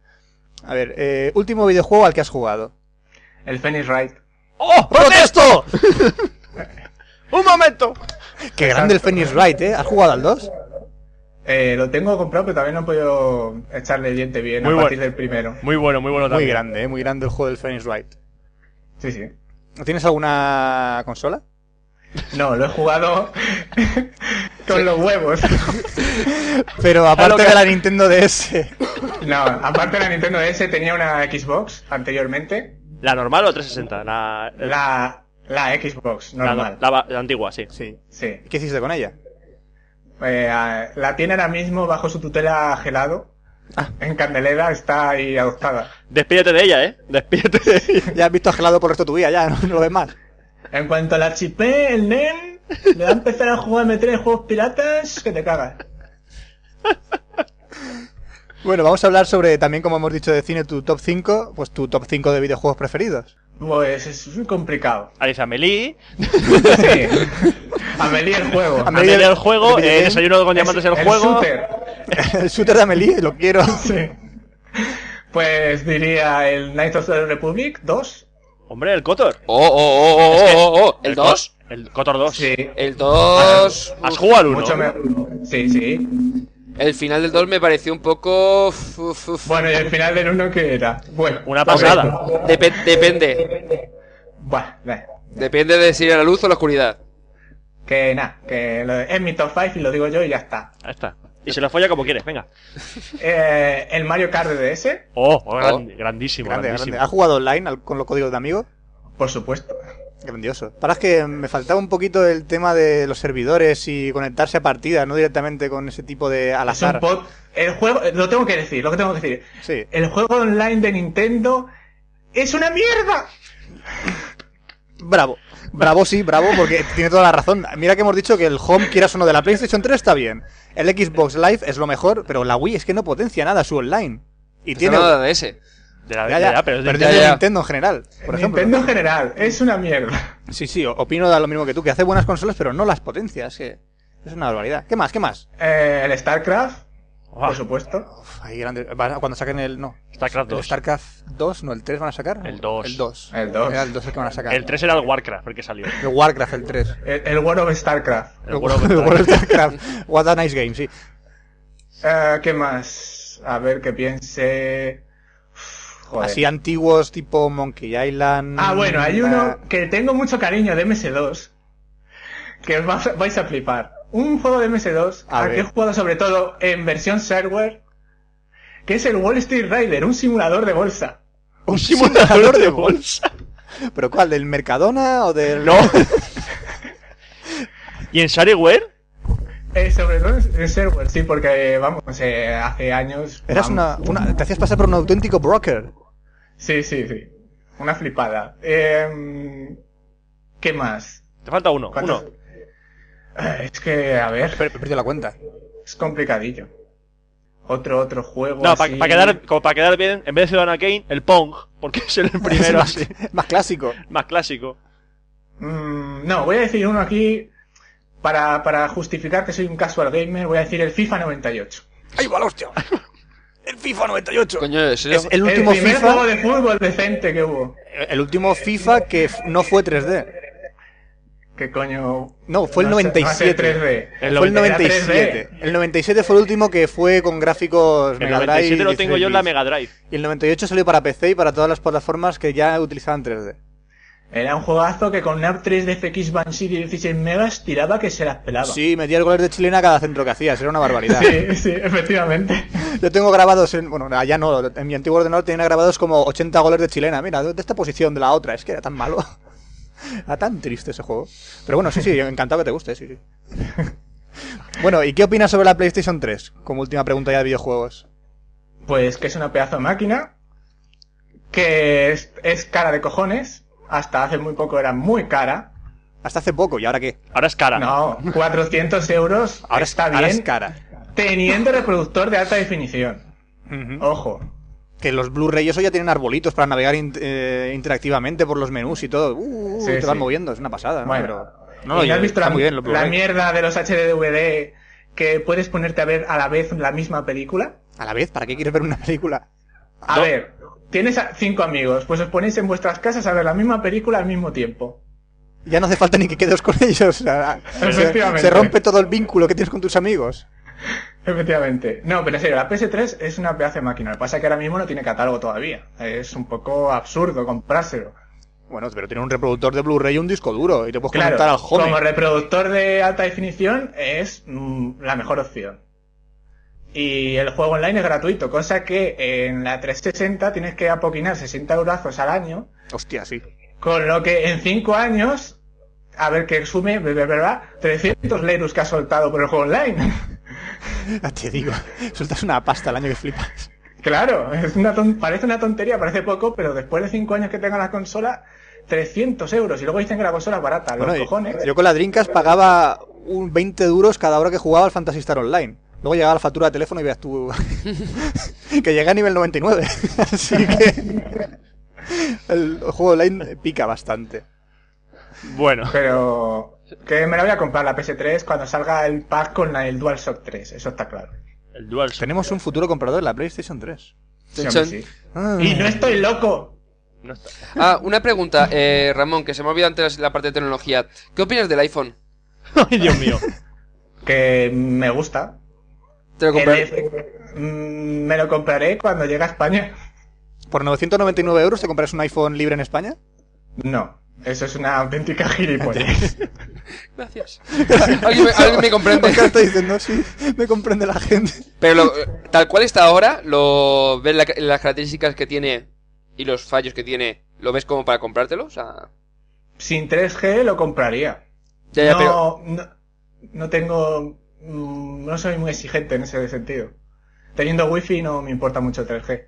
A ver, eh, último videojuego al que has jugado.
El Phoenix Wright.
¡Oh! ¡Protesto! ¡Un momento!
Qué grande el Phoenix Wright, ¿eh? ¿Has jugado al 2?
Eh, lo tengo comprado, pero todavía no he podido echarle el diente bien
Muy
a
bueno.
partir del primero.
Muy bueno, muy bueno
Muy
también.
grande, ¿eh? muy grande el juego del Phoenix Wright.
Sí, sí.
¿Tienes alguna consola?
No, lo
*laughs*
he jugado con los huevos.
*laughs* Pero
lo
aparte
que-
de la Nintendo DS.
No, aparte de la Nintendo DS tenía una Xbox anteriormente.
¿La normal o 360? La, eh,
La, la Xbox
la-
normal.
la- la- la antigua, sí.
*laughs* Sí.
Sí.
¿Qué hiciste con ella?
Eh, a- la tiene ahora mismo bajo su tutela gelado.
Ah.
En Candelera está ahí adoptada.
Despídete de ella, ¿eh? Despídete de
*laughs*
ella.
Ya has visto gelado por el resto de tu vida, ya, *laughs* no, no lo ves más.
En cuanto la chipé, el NEM le va a empezar a jugar a meter en juegos piratas que te cagas.
Bueno, vamos a hablar sobre, también como hemos dicho de cine, tu top 5, pues tu top 5 de videojuegos preferidos. *laughs*
Pues es muy
*laughs*
complicado.
Alicia Melí,
Sí. Amelie el juego.
Amelie
Amelia
el-
el juego,
el
eh,
videogame.
Desayuno con Diamantes el,
el
juego.
shooter.
el shooter de Amelie, lo quiero.
Sí. Pues diría el Knights of the Republic 2.
Hombre, el Cotor.
Oh, oh, oh, oh,
Es que-
oh, oh, oh. ¿El
Co-
2?
El Cotor 2.
Sí.
El 2.
Has jugado al 1.
Mucho me- Sí, sí.
El final del 2 me pareció un poco. uf, uf, uf.
Bueno, y el final del 1 que era. Bueno.
Una pasada.
Depe- depende.
Buah, nah.
Depende de si era la luz o la oscuridad.
Que nada, que lo- es mi top 5 y lo digo yo y ya está.
Ahí está. Y se la folla como quieres, venga.
Eh, el Mario Kart de DS,
Oh, oh, gran- grandísimo,
*laughs* Grande,
grandísimo.
grande. ¿Has jugado online al- con los códigos de amigos?
por supuesto.
Grandioso. Para es que me faltaba un poquito el tema de los servidores y conectarse a partidas, no directamente con ese tipo de al
Es un
azar.
pod- El juego, lo tengo que decir, lo que tengo que decir.
Sí.
El juego online de Nintendo es una mierda.
Bravo. Bravo, sí, bravo, porque tiene toda la razón. Mira que hemos dicho que el Home, quieras o no, de la PlayStation 3 está bien. El Xbox Live es lo mejor, pero la Wii es que no potencia nada su online. Y
No
tiene.
nada de ese.
De la,
Ya,
de
ya,
la- pero es de-
pero
ya,
tiene
ya.
Nintendo en general, por ejemplo.
Nintendo en general, es una mierda.
Sí, sí, o- opino de lo mismo que tú, que hace buenas consolas, pero no las potencia. Es que es una barbaridad. ¿Qué más? ¿Qué más?
Eh, el StarCraft,
Uah,
por supuesto.
Uf, ahí grande. van a- Cuando saquen el. No.
StarCraft
¿El
2.
StarCraft 2? ¿No? ¿El 3 van a sacar?
El 2.
El 2.
El 2.
Era el 2 el que van a sacar.
El 3 era el Warcraft, porque salió.
*laughs* El Warcraft, el 3.
El, el World of StarCraft.
El World of
*laughs* el World
Warcraft.
of Starcraft. What a nice game, sí.
Eh, ¿Qué más? A ver, que piense. Uf, Joder.
Así antiguos tipo Monkey Island.
Ah, bueno, hay
la-
uno
*laughs*
que tengo mucho cariño de MS2 que os vas- vais a flipar. Un juego de MS2
A
al que
ver.
he jugado sobre todo en versión server, que es el Wall Street Rider, un simulador de bolsa.
Un simulador de bolsa.
¿Pero cuál? ¿Del Mercadona o del.?
No. ¿Y en Shareware?
Eh, sobre todo en server, sí, porque vamos, eh, hace años.
Eras una,
vamos.
una- Te hacías pasar por un auténtico broker.
Sí, sí, sí. Una flipada. Em, ¿Qué más?
Te falta uno.
¿Cuántos-
Uno.
Eh, Es que, a ver,
Pero he perdido la cuenta.
es complicadillo. Otro, otro juego.
No, para
así.
quedar, como para quedar bien, en vez de Ciudadana Kane, el Pong, porque *laughs* es el primero así,
Más clásico.
más clásico.
Mm, no, voy a decir uno aquí para, para justificar que soy un casual gamer, voy a decir el FIFA 98.
¡Ay, va la hostia! El FIFA 98.
Coño, ¿en serio?
Es el último
primer
FIFA.
juego de fútbol decente que hubo.
El último FIFA que f- no fue 3D.
¿Qué coño?
No, fue el
sé, no va a ser
97.
3D.
El
fue el
90, era
97. El 97 fue el último que fue con gráficos
El
Mega Drive
97 lo
y
tengo yo en
16
la
bits.
Mega Drive.
Y el 98 salió para PC y para todas las plataformas que ya utilizaban 3D.
Era un juegazo que con una 3 de FX Banshee de 16 megas tiraba que se las pelaba.
Sí, metía el goles de chilena a cada centro que hacías, era una barbaridad.
*laughs* sí, sí, efectivamente.
Yo tengo grabados en. Bueno, allá no, en mi antiguo ordenador tenía grabados como 80 goles de chilena. Mira, de esta posición, de la otra, es que era tan malo. *laughs* Era tan triste ese juego. Pero bueno, sí, sí, encantado que te guste, sí, sí. *laughs* Bueno, ¿y qué opinas sobre la PlayStation 3? Como última pregunta ya de videojuegos.
Pues que es una pedazo de máquina, que es, es cara de cojones, hasta hace muy poco era muy cara.
Hasta hace poco, ¿y ahora qué?
Ahora es cara.
No, 400 euros
Ah. *laughs* Ahora es-
está bien.
ahora es cara.
Teniendo reproductor de alta definición. Ojo.
Que los Blu-ray eso ya tienen arbolitos para navegar in- eh, interactivamente por los menús y todo. Uh, uh,
Sí,
te van
sí.
moviendo, es una pasada, ¿no?
Bueno.
Ah, Pero- no,
¿Y
ya
has visto
está
la,
muy bien los
la
Blu-ray.
mierda de los HDVD que puedes ponerte a ver a la vez la misma película?
A la vez, ¿para qué quieres ver una película?
A
No.
ver, tienes a cinco amigos, pues os ponéis en vuestras casas a ver la misma película al mismo tiempo.
Ya no hace falta ni que quedes con *laughs* ellos. o sea, se,
Efectivamente.
se rompe todo el vínculo que tienes con tus amigos.
Efectivamente. No, pero en serio, la PS3 es una pedazo de máquina. Lo que pasa es que ahora mismo no tiene catálogo todavía. Es un poco absurdo comprárselo.
Bueno, pero tiene un reproductor de Blu-ray y un disco duro. Y te puedes
Claro,
conectar al
como
home.
reproductor de alta definición es mm, la mejor opción. Y el juego online es gratuito, cosa que en la 360 tienes que apoquinar 60 euros al año
Hostia, sí. *laughs*
Con lo que en 5 años, a ver que sume, bla, bla, bla, bla, 300 Lerus que ha soltado por el juego online.
Ya te digo, *laughs* sueltas una pasta al año que flipas.
claro, es una ton- parece una tontería, parece poco, pero después de 5 años que tenga la consola, 300 euros. Y luego dicen que la consola es barata, los
Bueno, y-
cojones.
yo con la Dreamcast pagaba un 20 duros cada hora que jugaba al Fantasy Star Online. Luego llegaba la factura de teléfono y veas tú *laughs* que llegué a nivel 99. *laughs* Así que *laughs* el juego online pica bastante.
Bueno,
Pero que me la voy a comprar la PS3 cuando salga el pack con la- el DualShock 3, eso está claro.
el Dual
Tenemos un futuro comprador en la PlayStation 3.
Sí,
Chan,
hombre, sí.
Ah.
Y no estoy loco.
No está.
Ah, una pregunta, eh, Ramón, que se me ha olvidado antes la parte de tecnología. ¿Qué opinas del iPhone?
Ay, Dios mío.
Que me gusta.
¿Te lo compras?
El- mm, me lo compraré cuando llegue a España.
¿Por 999 euros te compras un iPhone libre en
*laughs*
España?
No, eso es una auténtica
*laughs*
gilipollez.
Gracias. *laughs* ¿Alguien me, alguien me comprende.
Acá
*laughs*
está diciendo, sí, me comprende la gente.
Pero lo- tal cual está ahora, lo ves la- las características que tiene y los fallos que tiene, ¿lo ves como para comprártelo? O sea,
Sin 3G lo compraría.
ya, ya,
no,
pero
no, no tengo. mm, No soy muy exigente en ese sentido. Teniendo wifi no me importa mucho el 3G.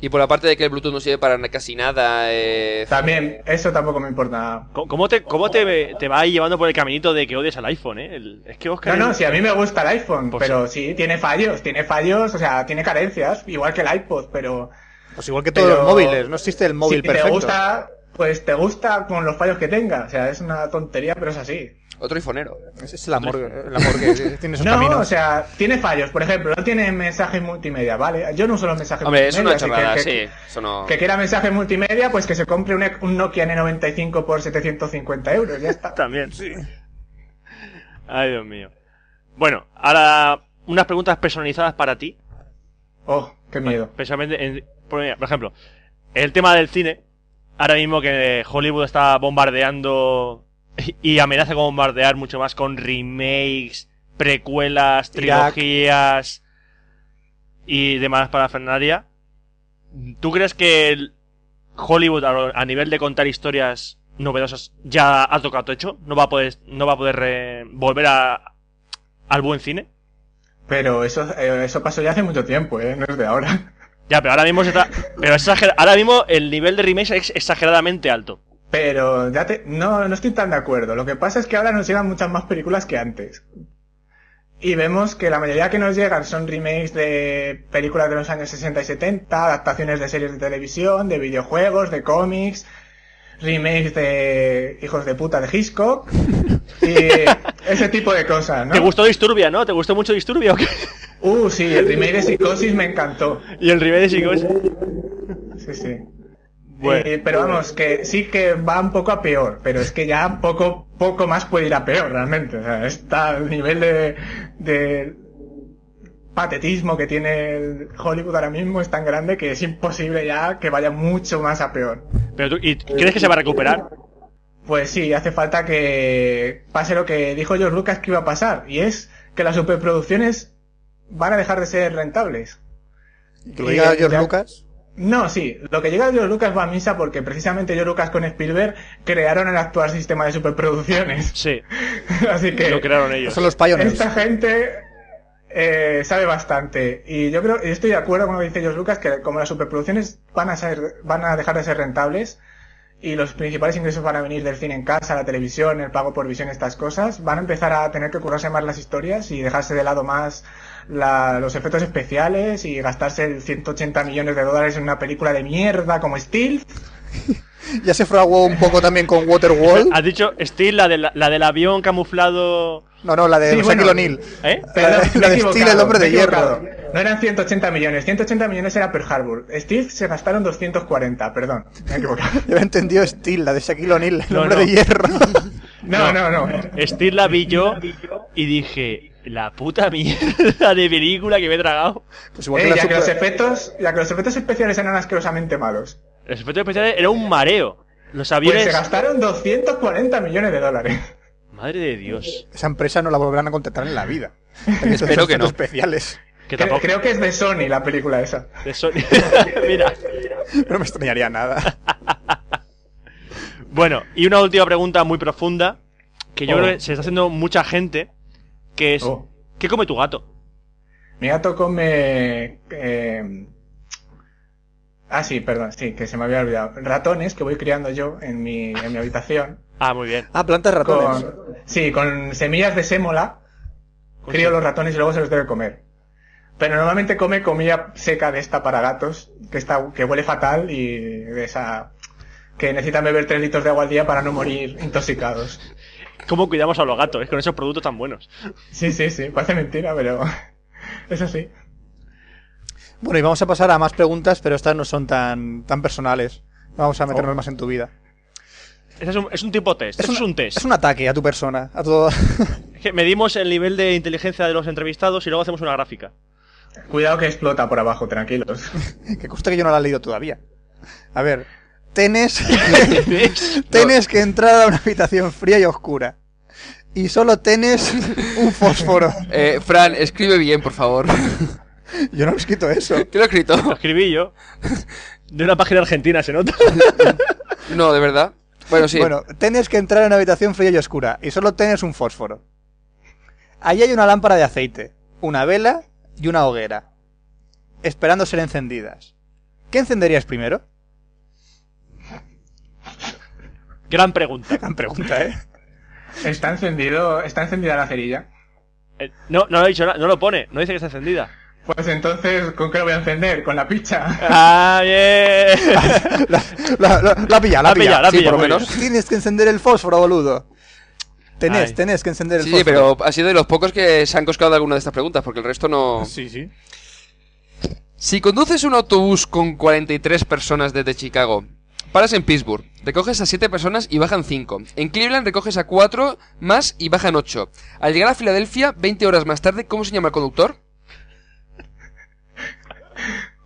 Y por la parte de que el Bluetooth no sirve para na- casi nada, eh,
También, eso tampoco me importa.
¿Cómo- ¿Cómo te, cómo te, te va ahí llevando por el caminito de que odies al iPhone, eh? El- es que
No,
Oscar.
no, si a mí me gusta el iPhone,
Pues-
pero sí, tiene fallos, tiene fallos, o sea, tiene carencias, igual que el iPod, pero
Pues igual que todos
Pero-
los móviles, no existe el móvil
si
perfecto.
te gusta, pues te gusta con los fallos que tenga, o sea, es una tontería, pero es así.
otro iPhonero.
Ese es el amor, el amor que tiene esos
*laughs* No,
caminos.
o sea, tiene fallos. Por ejemplo, no tiene mensaje multimedia, ¿vale? Yo no uso los mensajes
Hombre, es
multimedia.
una
así
chorrada,
que,
sí.
que-
Eso no...
que quiera mensaje multimedia, pues que se compre un, un Nokia N95 por 750 euros, ya *laughs* está.
También. Ay, Dios mío. Bueno, ahora unas preguntas personalizadas para ti.
Oh, qué miedo.
Especialmente, en- por mira, por ejemplo, el tema del cine. Ahora mismo que Hollywood está bombardeando y- y amenaza con bombardear mucho más con remakes, precuelas,
Irak.
trilogías y demás para Fernaria. ¿Tú crees que el Hollywood a lo- a nivel de contar historias novedosas ya ha tocado hecho? ¿No va a poder, no va a poder eh, volver a, al buen cine?
Pero eso, eh, eso pasó ya hace mucho tiempo, ¿eh? No es de ahora.
Ya, pero ahora mismo se está. Pero exager- ahora mismo el nivel de remakes es exageradamente alto.
Pero ya te... No, no estoy tan de acuerdo. Lo que pasa es que ahora nos llegan muchas más películas que antes. Y vemos que la mayoría que nos llegan son remakes de películas de los años 60 y 70, adaptaciones de series de televisión, de videojuegos, de cómics, remakes de hijos de puta de Hitchcock y ese tipo de cosas,
¿Te
¿no?
gustó Disturbia, no? ¿Te gustó mucho Disturbia o qué? *laughs*
Uh, sí, el remake de Psicosis me encantó.
Y el remake de Psicosis.
Sí, sí.
Bueno.
Eh, pero vamos, que sí que va un poco a peor, pero es que ya poco, poco más puede ir a peor realmente. O sea, está el nivel de, de patetismo que tiene el Hollywood ahora mismo es tan grande que es imposible ya que vaya mucho más a peor.
Pero tú, ¿y crees que se va a recuperar?
Pues sí, hace falta que pase lo que dijo George Lucas que iba a pasar, y es que las superproducciones van a dejar de ser rentables.
Que lo diga
Y-
George
ya-
Lucas.
No, sí, lo que llega de George Lucas va a misa porque precisamente George Lucas con Spielberg crearon el actual sistema de superproducciones. *laughs*
Sí,
Así que
lo crearon ellos.
Son los pioneers.
esta gente eh, sabe bastante. Y yo creo, y estoy de acuerdo con lo que dice George Lucas, que como las superproducciones van a, ser, van a dejar de ser rentables y los principales ingresos van a venir del cine en casa, la televisión, el pago por visión, estas cosas, van a empezar a tener que currarse más las historias y dejarse de lado más la- los efectos especiales y gastarse el 180 millones de dólares en una película de mierda como Steel.
Ya se fraguó un poco también con Waterworld.
Has dicho Steel, la, de la, la del avión camuflado.
No, no, la de
Sí,
Shaquille
bueno.
O'Neal.
¿Eh?
La *laughs* de- la de
me he
Steel, el hombre de
me he
hierro.
equivocado. No eran 180 millones, 180 millones era Pearl Harbor. Steve se gastaron 240, perdón, me
*laughs*
he equivocado.
Yo había entendido Steel, la de Shaquille O'Neal, el
No,
hombre
no.
de hierro.
No, no, no.
Steel la vi yo y dije. La puta mierda de película que me he tragado.
Pues igual que
Eh,
la
ya, que
super-
los efectos, ya que los efectos especiales eran asquerosamente malos.
Los efectos especiales era un mareo. Los
Pues
aviones.
se gastaron 240 millones de dólares.
Madre de Dios.
Esa empresa no la volverán a contratar en la vida.
Espero que no.
especiales.
Que
Cre-
tampoco.
Creo que es de Sony la película esa.
de Sony. *laughs* Mira.
No me extrañaría nada.
Bueno, y una última pregunta muy profunda. Que yo
Oh.
creo que se está haciendo mucha gente. Que es.
Oh.
¿Qué come tu gato?
Mi gato come... eh, Ah, sí, perdón, sí, que se me había olvidado. Ratones que voy criando yo en mi, en mi habitación.
Ah, muy bien.
Ah, plantas ratones.
Con, sí, con semillas de sémola. Crío los ratones y luego se los debe comer. Pero normalmente come comida seca de esta para gatos, que está, que huele fatal y de esa, que necesitan beber tres litros de agua al día para no morir intoxicados.
¿Cómo cuidamos a los gatos? Es con esos productos tan buenos.
Sí, sí, sí, parece mentira, pero *laughs* es así.
Bueno, y vamos a pasar a más preguntas, pero estas no son tan, tan personales. Vamos a meternos más en tu vida.
Ese es un, es un tipo test. Eso es un test.
Es un ataque a tu persona, a todo.
Es que medimos el nivel de inteligencia de los entrevistados y luego hacemos una gráfica.
Cuidado que explota por abajo, tranquilos.
que consta que yo no la he leído todavía. A ver, *laughs* tienes,
¿Ves?
tienes que entrar a una habitación fría y oscura. Y solo tienes un fósforo.
Eh, Fran, escribe bien, por
*laughs*
favor.
*laughs* Yo no he escrito eso.
¿Qué lo he escrito?
Lo escribí yo. De una página argentina, se nota. *laughs*
No, de verdad. Bueno, sí.
Bueno, tienes que entrar a una habitación fría y oscura. Y solo tienes un fósforo. Allí hay una lámpara de aceite, una vela y una hoguera. Esperando ser encendidas. ¿Qué encenderías primero?
Gran pregunta.
Gran pregunta, ¿eh?
Está encendido, está encendida la cerilla.
Eh, No, no lo he dicho, nada, no lo pone, no dice que está encendida.
Pues entonces, ¿con qué lo voy a encender? ¿Con la picha?
¡Ah, bien!
La, la, la, la pilla, la,
La pilla, la
sí,
pilla,
por lo
muy
menos.
bien.
Tienes que encender el fósforo, boludo. Tenés,
Ay.
tenés que encender el
Sí, sí,
fósforo.
pero ha sido de los pocos que se han coscado de alguna de estas preguntas, porque el resto no.
Sí, sí.
Si conduces un autobús con 43 personas desde Chicago, paras en Pittsburgh, recoges a 7 personas y bajan 5. En Cleveland recoges a 4 más y bajan 8. Al llegar a Filadelfia, 20 horas más tarde, ¿cómo se llama el conductor?
*laughs*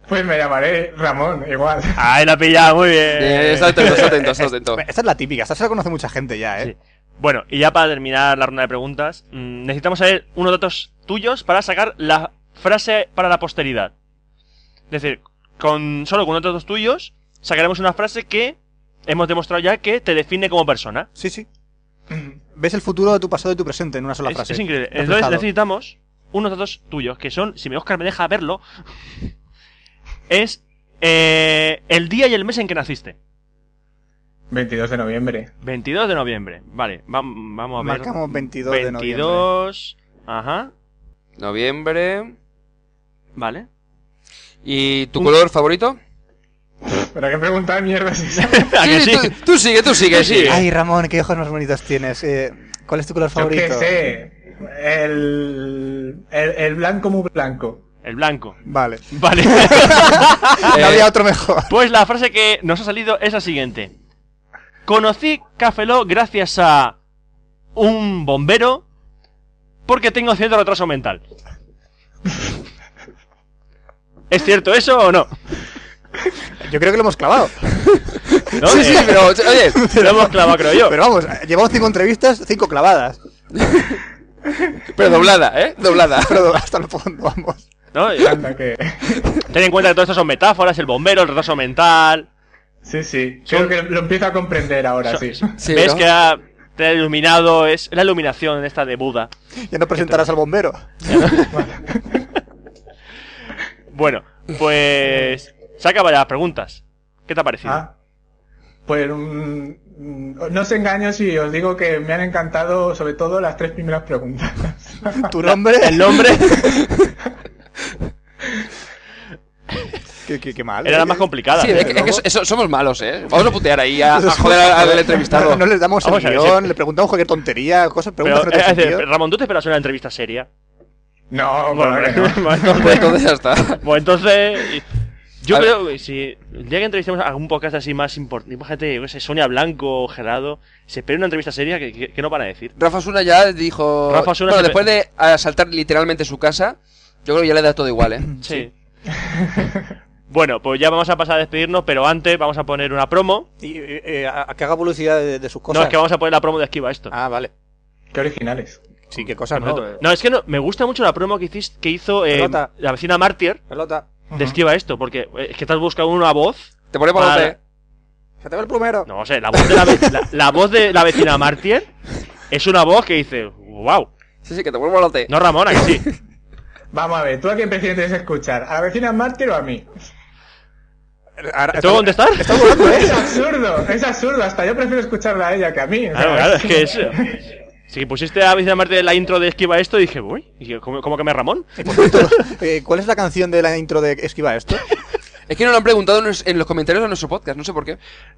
Pues me llamaré Ramón, igual. *laughs*
¡Ay, la pilla, muy bien!
Eh, está atento, está atento, está atento.
Esta es la típica, esta se la conoce mucha gente ya,
Sí.
¿eh?
Bueno, y ya para terminar la ronda de preguntas, mm, necesitamos saber unos datos tuyos para sacar la frase para la posteridad. Es decir, con solo con unos datos tuyos sacaremos una frase que hemos demostrado ya que te define como persona.
Sí, *clears throat* sí. Ves el futuro de tu pasado y tu presente en una sola
Es-
frase.
es increíble.
Reflejado.
Entonces necesitamos unos datos tuyos que son, si mi Oscar me deja verlo, *laughs* es eh, el día y el mes en que naciste.
22 de noviembre.
22 de noviembre. Vale, vam- vamos a ver.
Marcamos 22 de noviembre.
22, ajá,
Noviembre.
vale.
¿Y tu color favorito?
¿Pero qué pregunta de mierda es esa?
*laughs* ¿A que sí?
Tú, tú sigue, tú sigue, Eh,
Sí.
sí.
Ay, Ramón, qué ojos más bonitos tienes. Eh, ¿Cuál es tu color
Yo
favorito?
qué sé. El, el, el blanco muy blanco.
El blanco. *laughs*
Vale.
*laughs*
Vale. Ah,
No había otro mejor.
pues la frase que nos ha salido es la siguiente. Conocí Cafeló gracias a un bombero porque tengo cierto retraso mental. ¿Es cierto eso o no?
Yo creo que lo
*laughs*
hemos clavado.
¿No?
Sí, sí,
Eh,
pero oye,
Lo hemos clavado, creo yo.
Pero vamos, eh, llevamos cinco entrevistas, cinco clavadas.
pero doblada,
*laughs*
¿eh? Doblada.
Pero hasta el fondo, vamos.
¿no?
Anda, que... *laughs*
Ten en cuenta que todo esto son metáforas, el bombero, el retraso mental.
Sí, sí. Creo que lo empiezo a comprender ahora, sí.
Sí,
¿Ves
¿no?
que ha- te ha iluminado? Es la iluminación esta de Buda.
Ya no presentarás al bombero.
Bueno, pues se acaban las preguntas. ¿Qué te ha parecido?
Ah. Pues mm, mm, no os engaño si os digo que me han encantado sobre todo las tres primeras preguntas. *laughs*
Tu nombre.
El nombre
Qué, qué- qué
*laughs*
mal.
era la
eh.
más complicada.
Sí, es que, es que so- eso- somos malos, ¿eh? Vamos a putear ahí,
*laughs*
a, a joder al- al entrevistado.
*laughs*
No, no les damos el
Vamos a ver,
guión,
sí.
le preguntamos cualquier tontería, cosas,
Pero,
preguntas que no
eh,
tienen
es decir,
sentido.
Ramón, ¿tú te esperas una entrevista seria?
No,
Bueno,
bueno,
*laughs* bueno, entonces,
Entonces Pues ya está.
pues entonces, y- Yo
A ver.
creo que si el día que entrevistemos a algún podcast así más importante, imagínate, yo qué sé, Sonia Blanco o Gerardo, se espera una entrevista seria que, que, que no van a decir.
Rafa Osuna ya dijo.
Rafa Osuna
bueno,
se-
después de asaltar literalmente su casa, yo creo que ya le da todo igual, ¿eh?
Sí. *laughs* bueno, pues ya vamos a pasar a despedirnos, pero antes vamos a poner una promo.
Y, eh, eh, a, a que haga publicidad de, de sus cosas.
No, es que vamos a poner la promo de esquiva esto.
Ah, vale.
Qué originales.
Sí, qué cosas, ¿no?
eh.
Perfecto. No, es que no, me gusta mucho la promo que, hiciste, que hizo eh,
Pelota.
la vecina Mártir
Pelota.
de esquiva esto, porque eh, es que estás buscando una voz.
Te ponemos
Para-
los
Se te ve el plumero.
No sé, la voz de la, ve- la- la voz de la vecina Martier es una voz que dice, wow.
Sí, sí, que te ponemos los té.
No, Ramona, que sí.
Vamos a ver, ¿tú a quién prefieres escuchar? ¿A la vecina Mártir o a mí?
Ahora-
¿Tengo que contestar?
Es absurdo, es absurdo. Hasta yo prefiero escucharla a ella que a mí. o sea,
Claro, claro, es que es. Si pusiste a vecina Martier en la intro de esquiva esto, dije, uy, ¿y ¿cómo, cómo que me Ramón?
*laughs* Eh, ¿Cuál es la canción de la intro de Esquiva esto?
Es que nos lo han preguntado en los- en los comentarios de nuestro podcast, no sé por qué.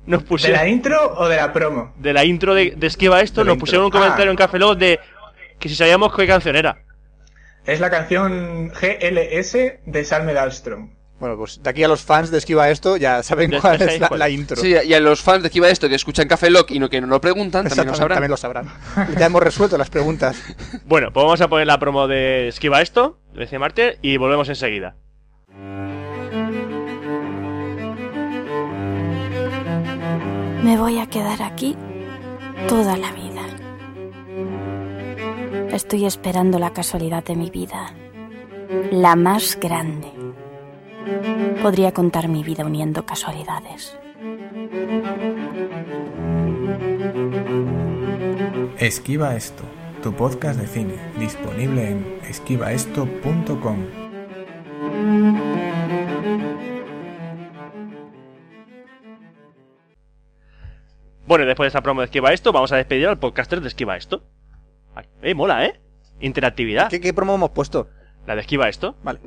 Nos
¿De la
pusieron.
intro o de la promo?
De la intro de, de esquiva esto,
De la
nos pusieron un
intro.
comentario
Ah.
en Café Lock de que si sabíamos qué canción era.
Es la canción GLS de Salme Dahlström.
Bueno, pues de aquí a los fans de Esquiva esto ya saben
Ya
cuál
sabéis
es la,
cuál.
la intro.
Sí, y a los fans de Esquiva Esto que escuchan Café Lock y no que no lo preguntan, también lo
Exactamente,
sabrán.
También lo sabrán. Ya hemos resuelto las preguntas.
Bueno, pues vamos a poner la promo de esquiva esto, de vecina Martier, y volvemos enseguida.
Me voy a quedar aquí toda la vida. Estoy esperando la casualidad de mi vida, la más grande. Podría contar mi vida uniendo casualidades.
Esquiva Esto, tu podcast de cine, disponible en esquivaesto.com.
Bueno, y después de esta promo de esquiva esto, vamos a despedir al podcaster de esquiva esto. Ay, Eh, mola, ¿eh? Interactividad.
*laughs* ¿Qué, qué promo hemos puesto?
La de esquiva esto.
Vale.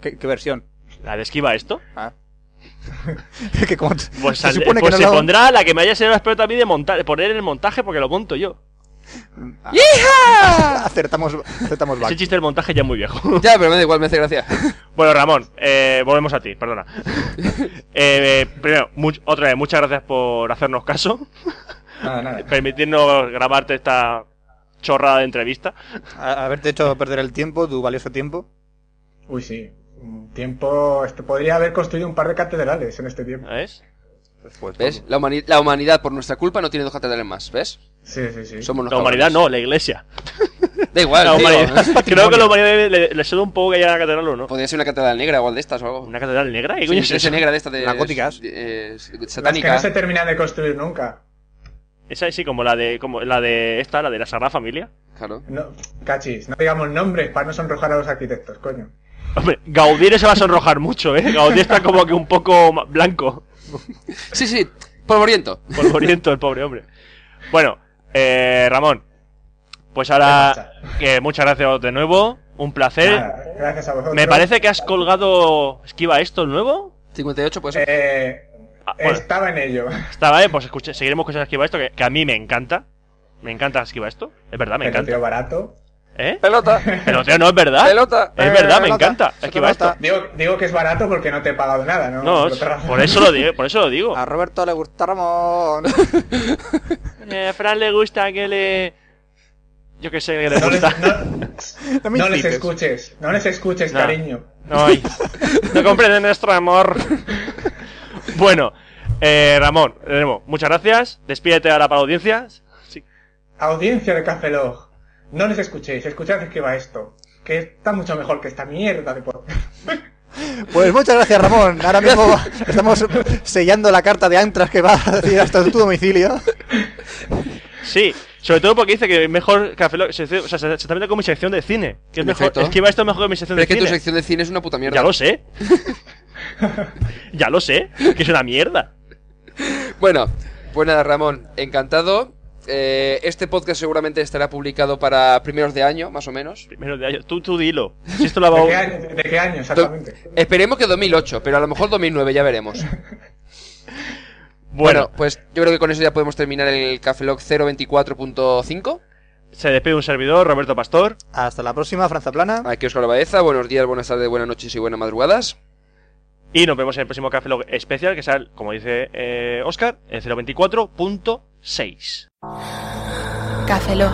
¿Qué, qué versión?
La de esquiva esto.
Ah. *laughs* que como t-
Pues,
se
al-
supone
pues
que
se
no lo-
pondrá la que me haya sido experto a mí de montar, poner en el montaje porque lo monto yo.
Ah. *laughs* acertamos, acertamos back.
Ese chiste del montaje ya es muy viejo. *laughs*
Ya, pero me da igual, me hace gracia.
bueno, Ramón, eh, volvemos a ti, perdona. Eh, eh, primero, much- otra vez, muchas gracias por hacernos caso, *laughs*
Nada, nada.
permitirnos grabarte esta chorrada de entrevista.
A- Haberte hecho perder el tiempo, tu valioso tiempo.
Uy, sí. Un tiempo... Esto podría haber construido un par de catedrales en este tiempo.
¿Ves?
Pues
*laughs* ¿Ves? La, humani- la humanidad, por nuestra culpa, no tiene dos catedrales más, ¿ves?
Sí, sí, sí.
Somos los
La humanidad
cabrones.
no, la iglesia.
Da igual,
La
digo, *laughs*
humanidad- creo que la humanidad le, le suda un poco que haya una catedral o no.
Podría ser una catedral negra o algo de estas o algo.
¿Una catedral negra? ¿Qué
Sí,
coño es
iglesia
eso?
negra de estas de.
Las góticas.
eh,
Las que
satánica.
no se terminan de construir nunca.
Esa sí, como la de, como la de esta, la de la Sagrada Familia.
Claro.
No, cachis, no digamos nombres para no sonrojar a los arquitectos, coño.
Hombre, Gaudí se va a sonrojar mucho, ¿eh? Gaudí está como que un poco ma- blanco,
Sí, sí, polvoriento.
polvoriento el pobre hombre. Bueno, eh, Ramón, pues ahora que muchas gracias de nuevo, un placer.
Nada, gracias a vosotros.
Eh, Me parece que has colgado esquiva esto el nuevo.
58, pues.
Eh,
Ah, bueno,
Estaba en ello.
estaba, ¿eh? Pues escucha, seguiremos escuchando esquiva esto, que, que a mí me encanta. Me encanta esquiva esto, es verdad, me
Peloteo
encanta.
barato.
¿Eh?
Pelota,
Pero tío, no es verdad.
pelota.
Es verdad, me
pelota,
encanta
se
esquiva esto.
pelota.
Digo, digo que es barato porque no te he pagado nada, ¿no?
No,
Por otra razón.
por eso lo digo, por eso lo digo.
A Roberto le gusta Ramón.
Eh, a Fran le gusta que le. Yo qué sé, que le
No les,
gusta.
no-
me
no les
incites.
escuches, no les escuches,
No.
cariño.
No, ay, no comprenden nuestro amor. bueno, eh, Ramón, Remo, muchas gracias. Despídete ahora para la audiencia. Sí.
Audiencia de Café Log, no les escuchéis, escuchad que va esto. Que está mucho mejor que esta mierda de podcast.
Pues muchas gracias, Ramón. Ahora mismo va- estamos sellando la carta de Antras que va a ir hasta tu domicilio.
Sí, sobre todo porque dice que es mejor Café Lock- se- O sea, se, se está metiendo con mi sección de cine. Que es
En
mejor.
efecto.
Es que va esto mejor que mi sección
Pero es
de
que tu
cine.
sección de cine es una puta mierda.
Ya lo sé. ya lo sé, que es una mierda.
Bueno, pues nada, Ramón, encantado. Eh, este podcast seguramente estará publicado para primeros de año, más o menos.
Primero de año. Tú, tú dilo. Si esto lo
¿De qué,
hago.
año, de qué año
Do-
exactamente?
Esperemos que 2008, pero a lo mejor 2009, ya veremos. Bueno,
Bueno,
pues yo creo que con eso ya podemos terminar el Café Lock 024.5.
se despide un servidor, Roberto Pastor.
Hasta la próxima, Franza Plana.
Aquí Oscar Baeza, buenos días, buenas tardes, buenas noches y buenas madrugadas.
Y nos vemos en el próximo Café Log especial, que sale, como dice eh, Oscar, en 024.6.
Café Lock.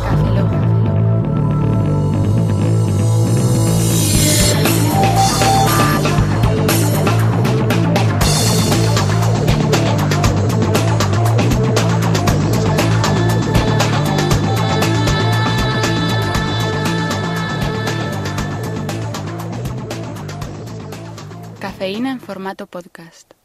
Cafeína en formato podcast.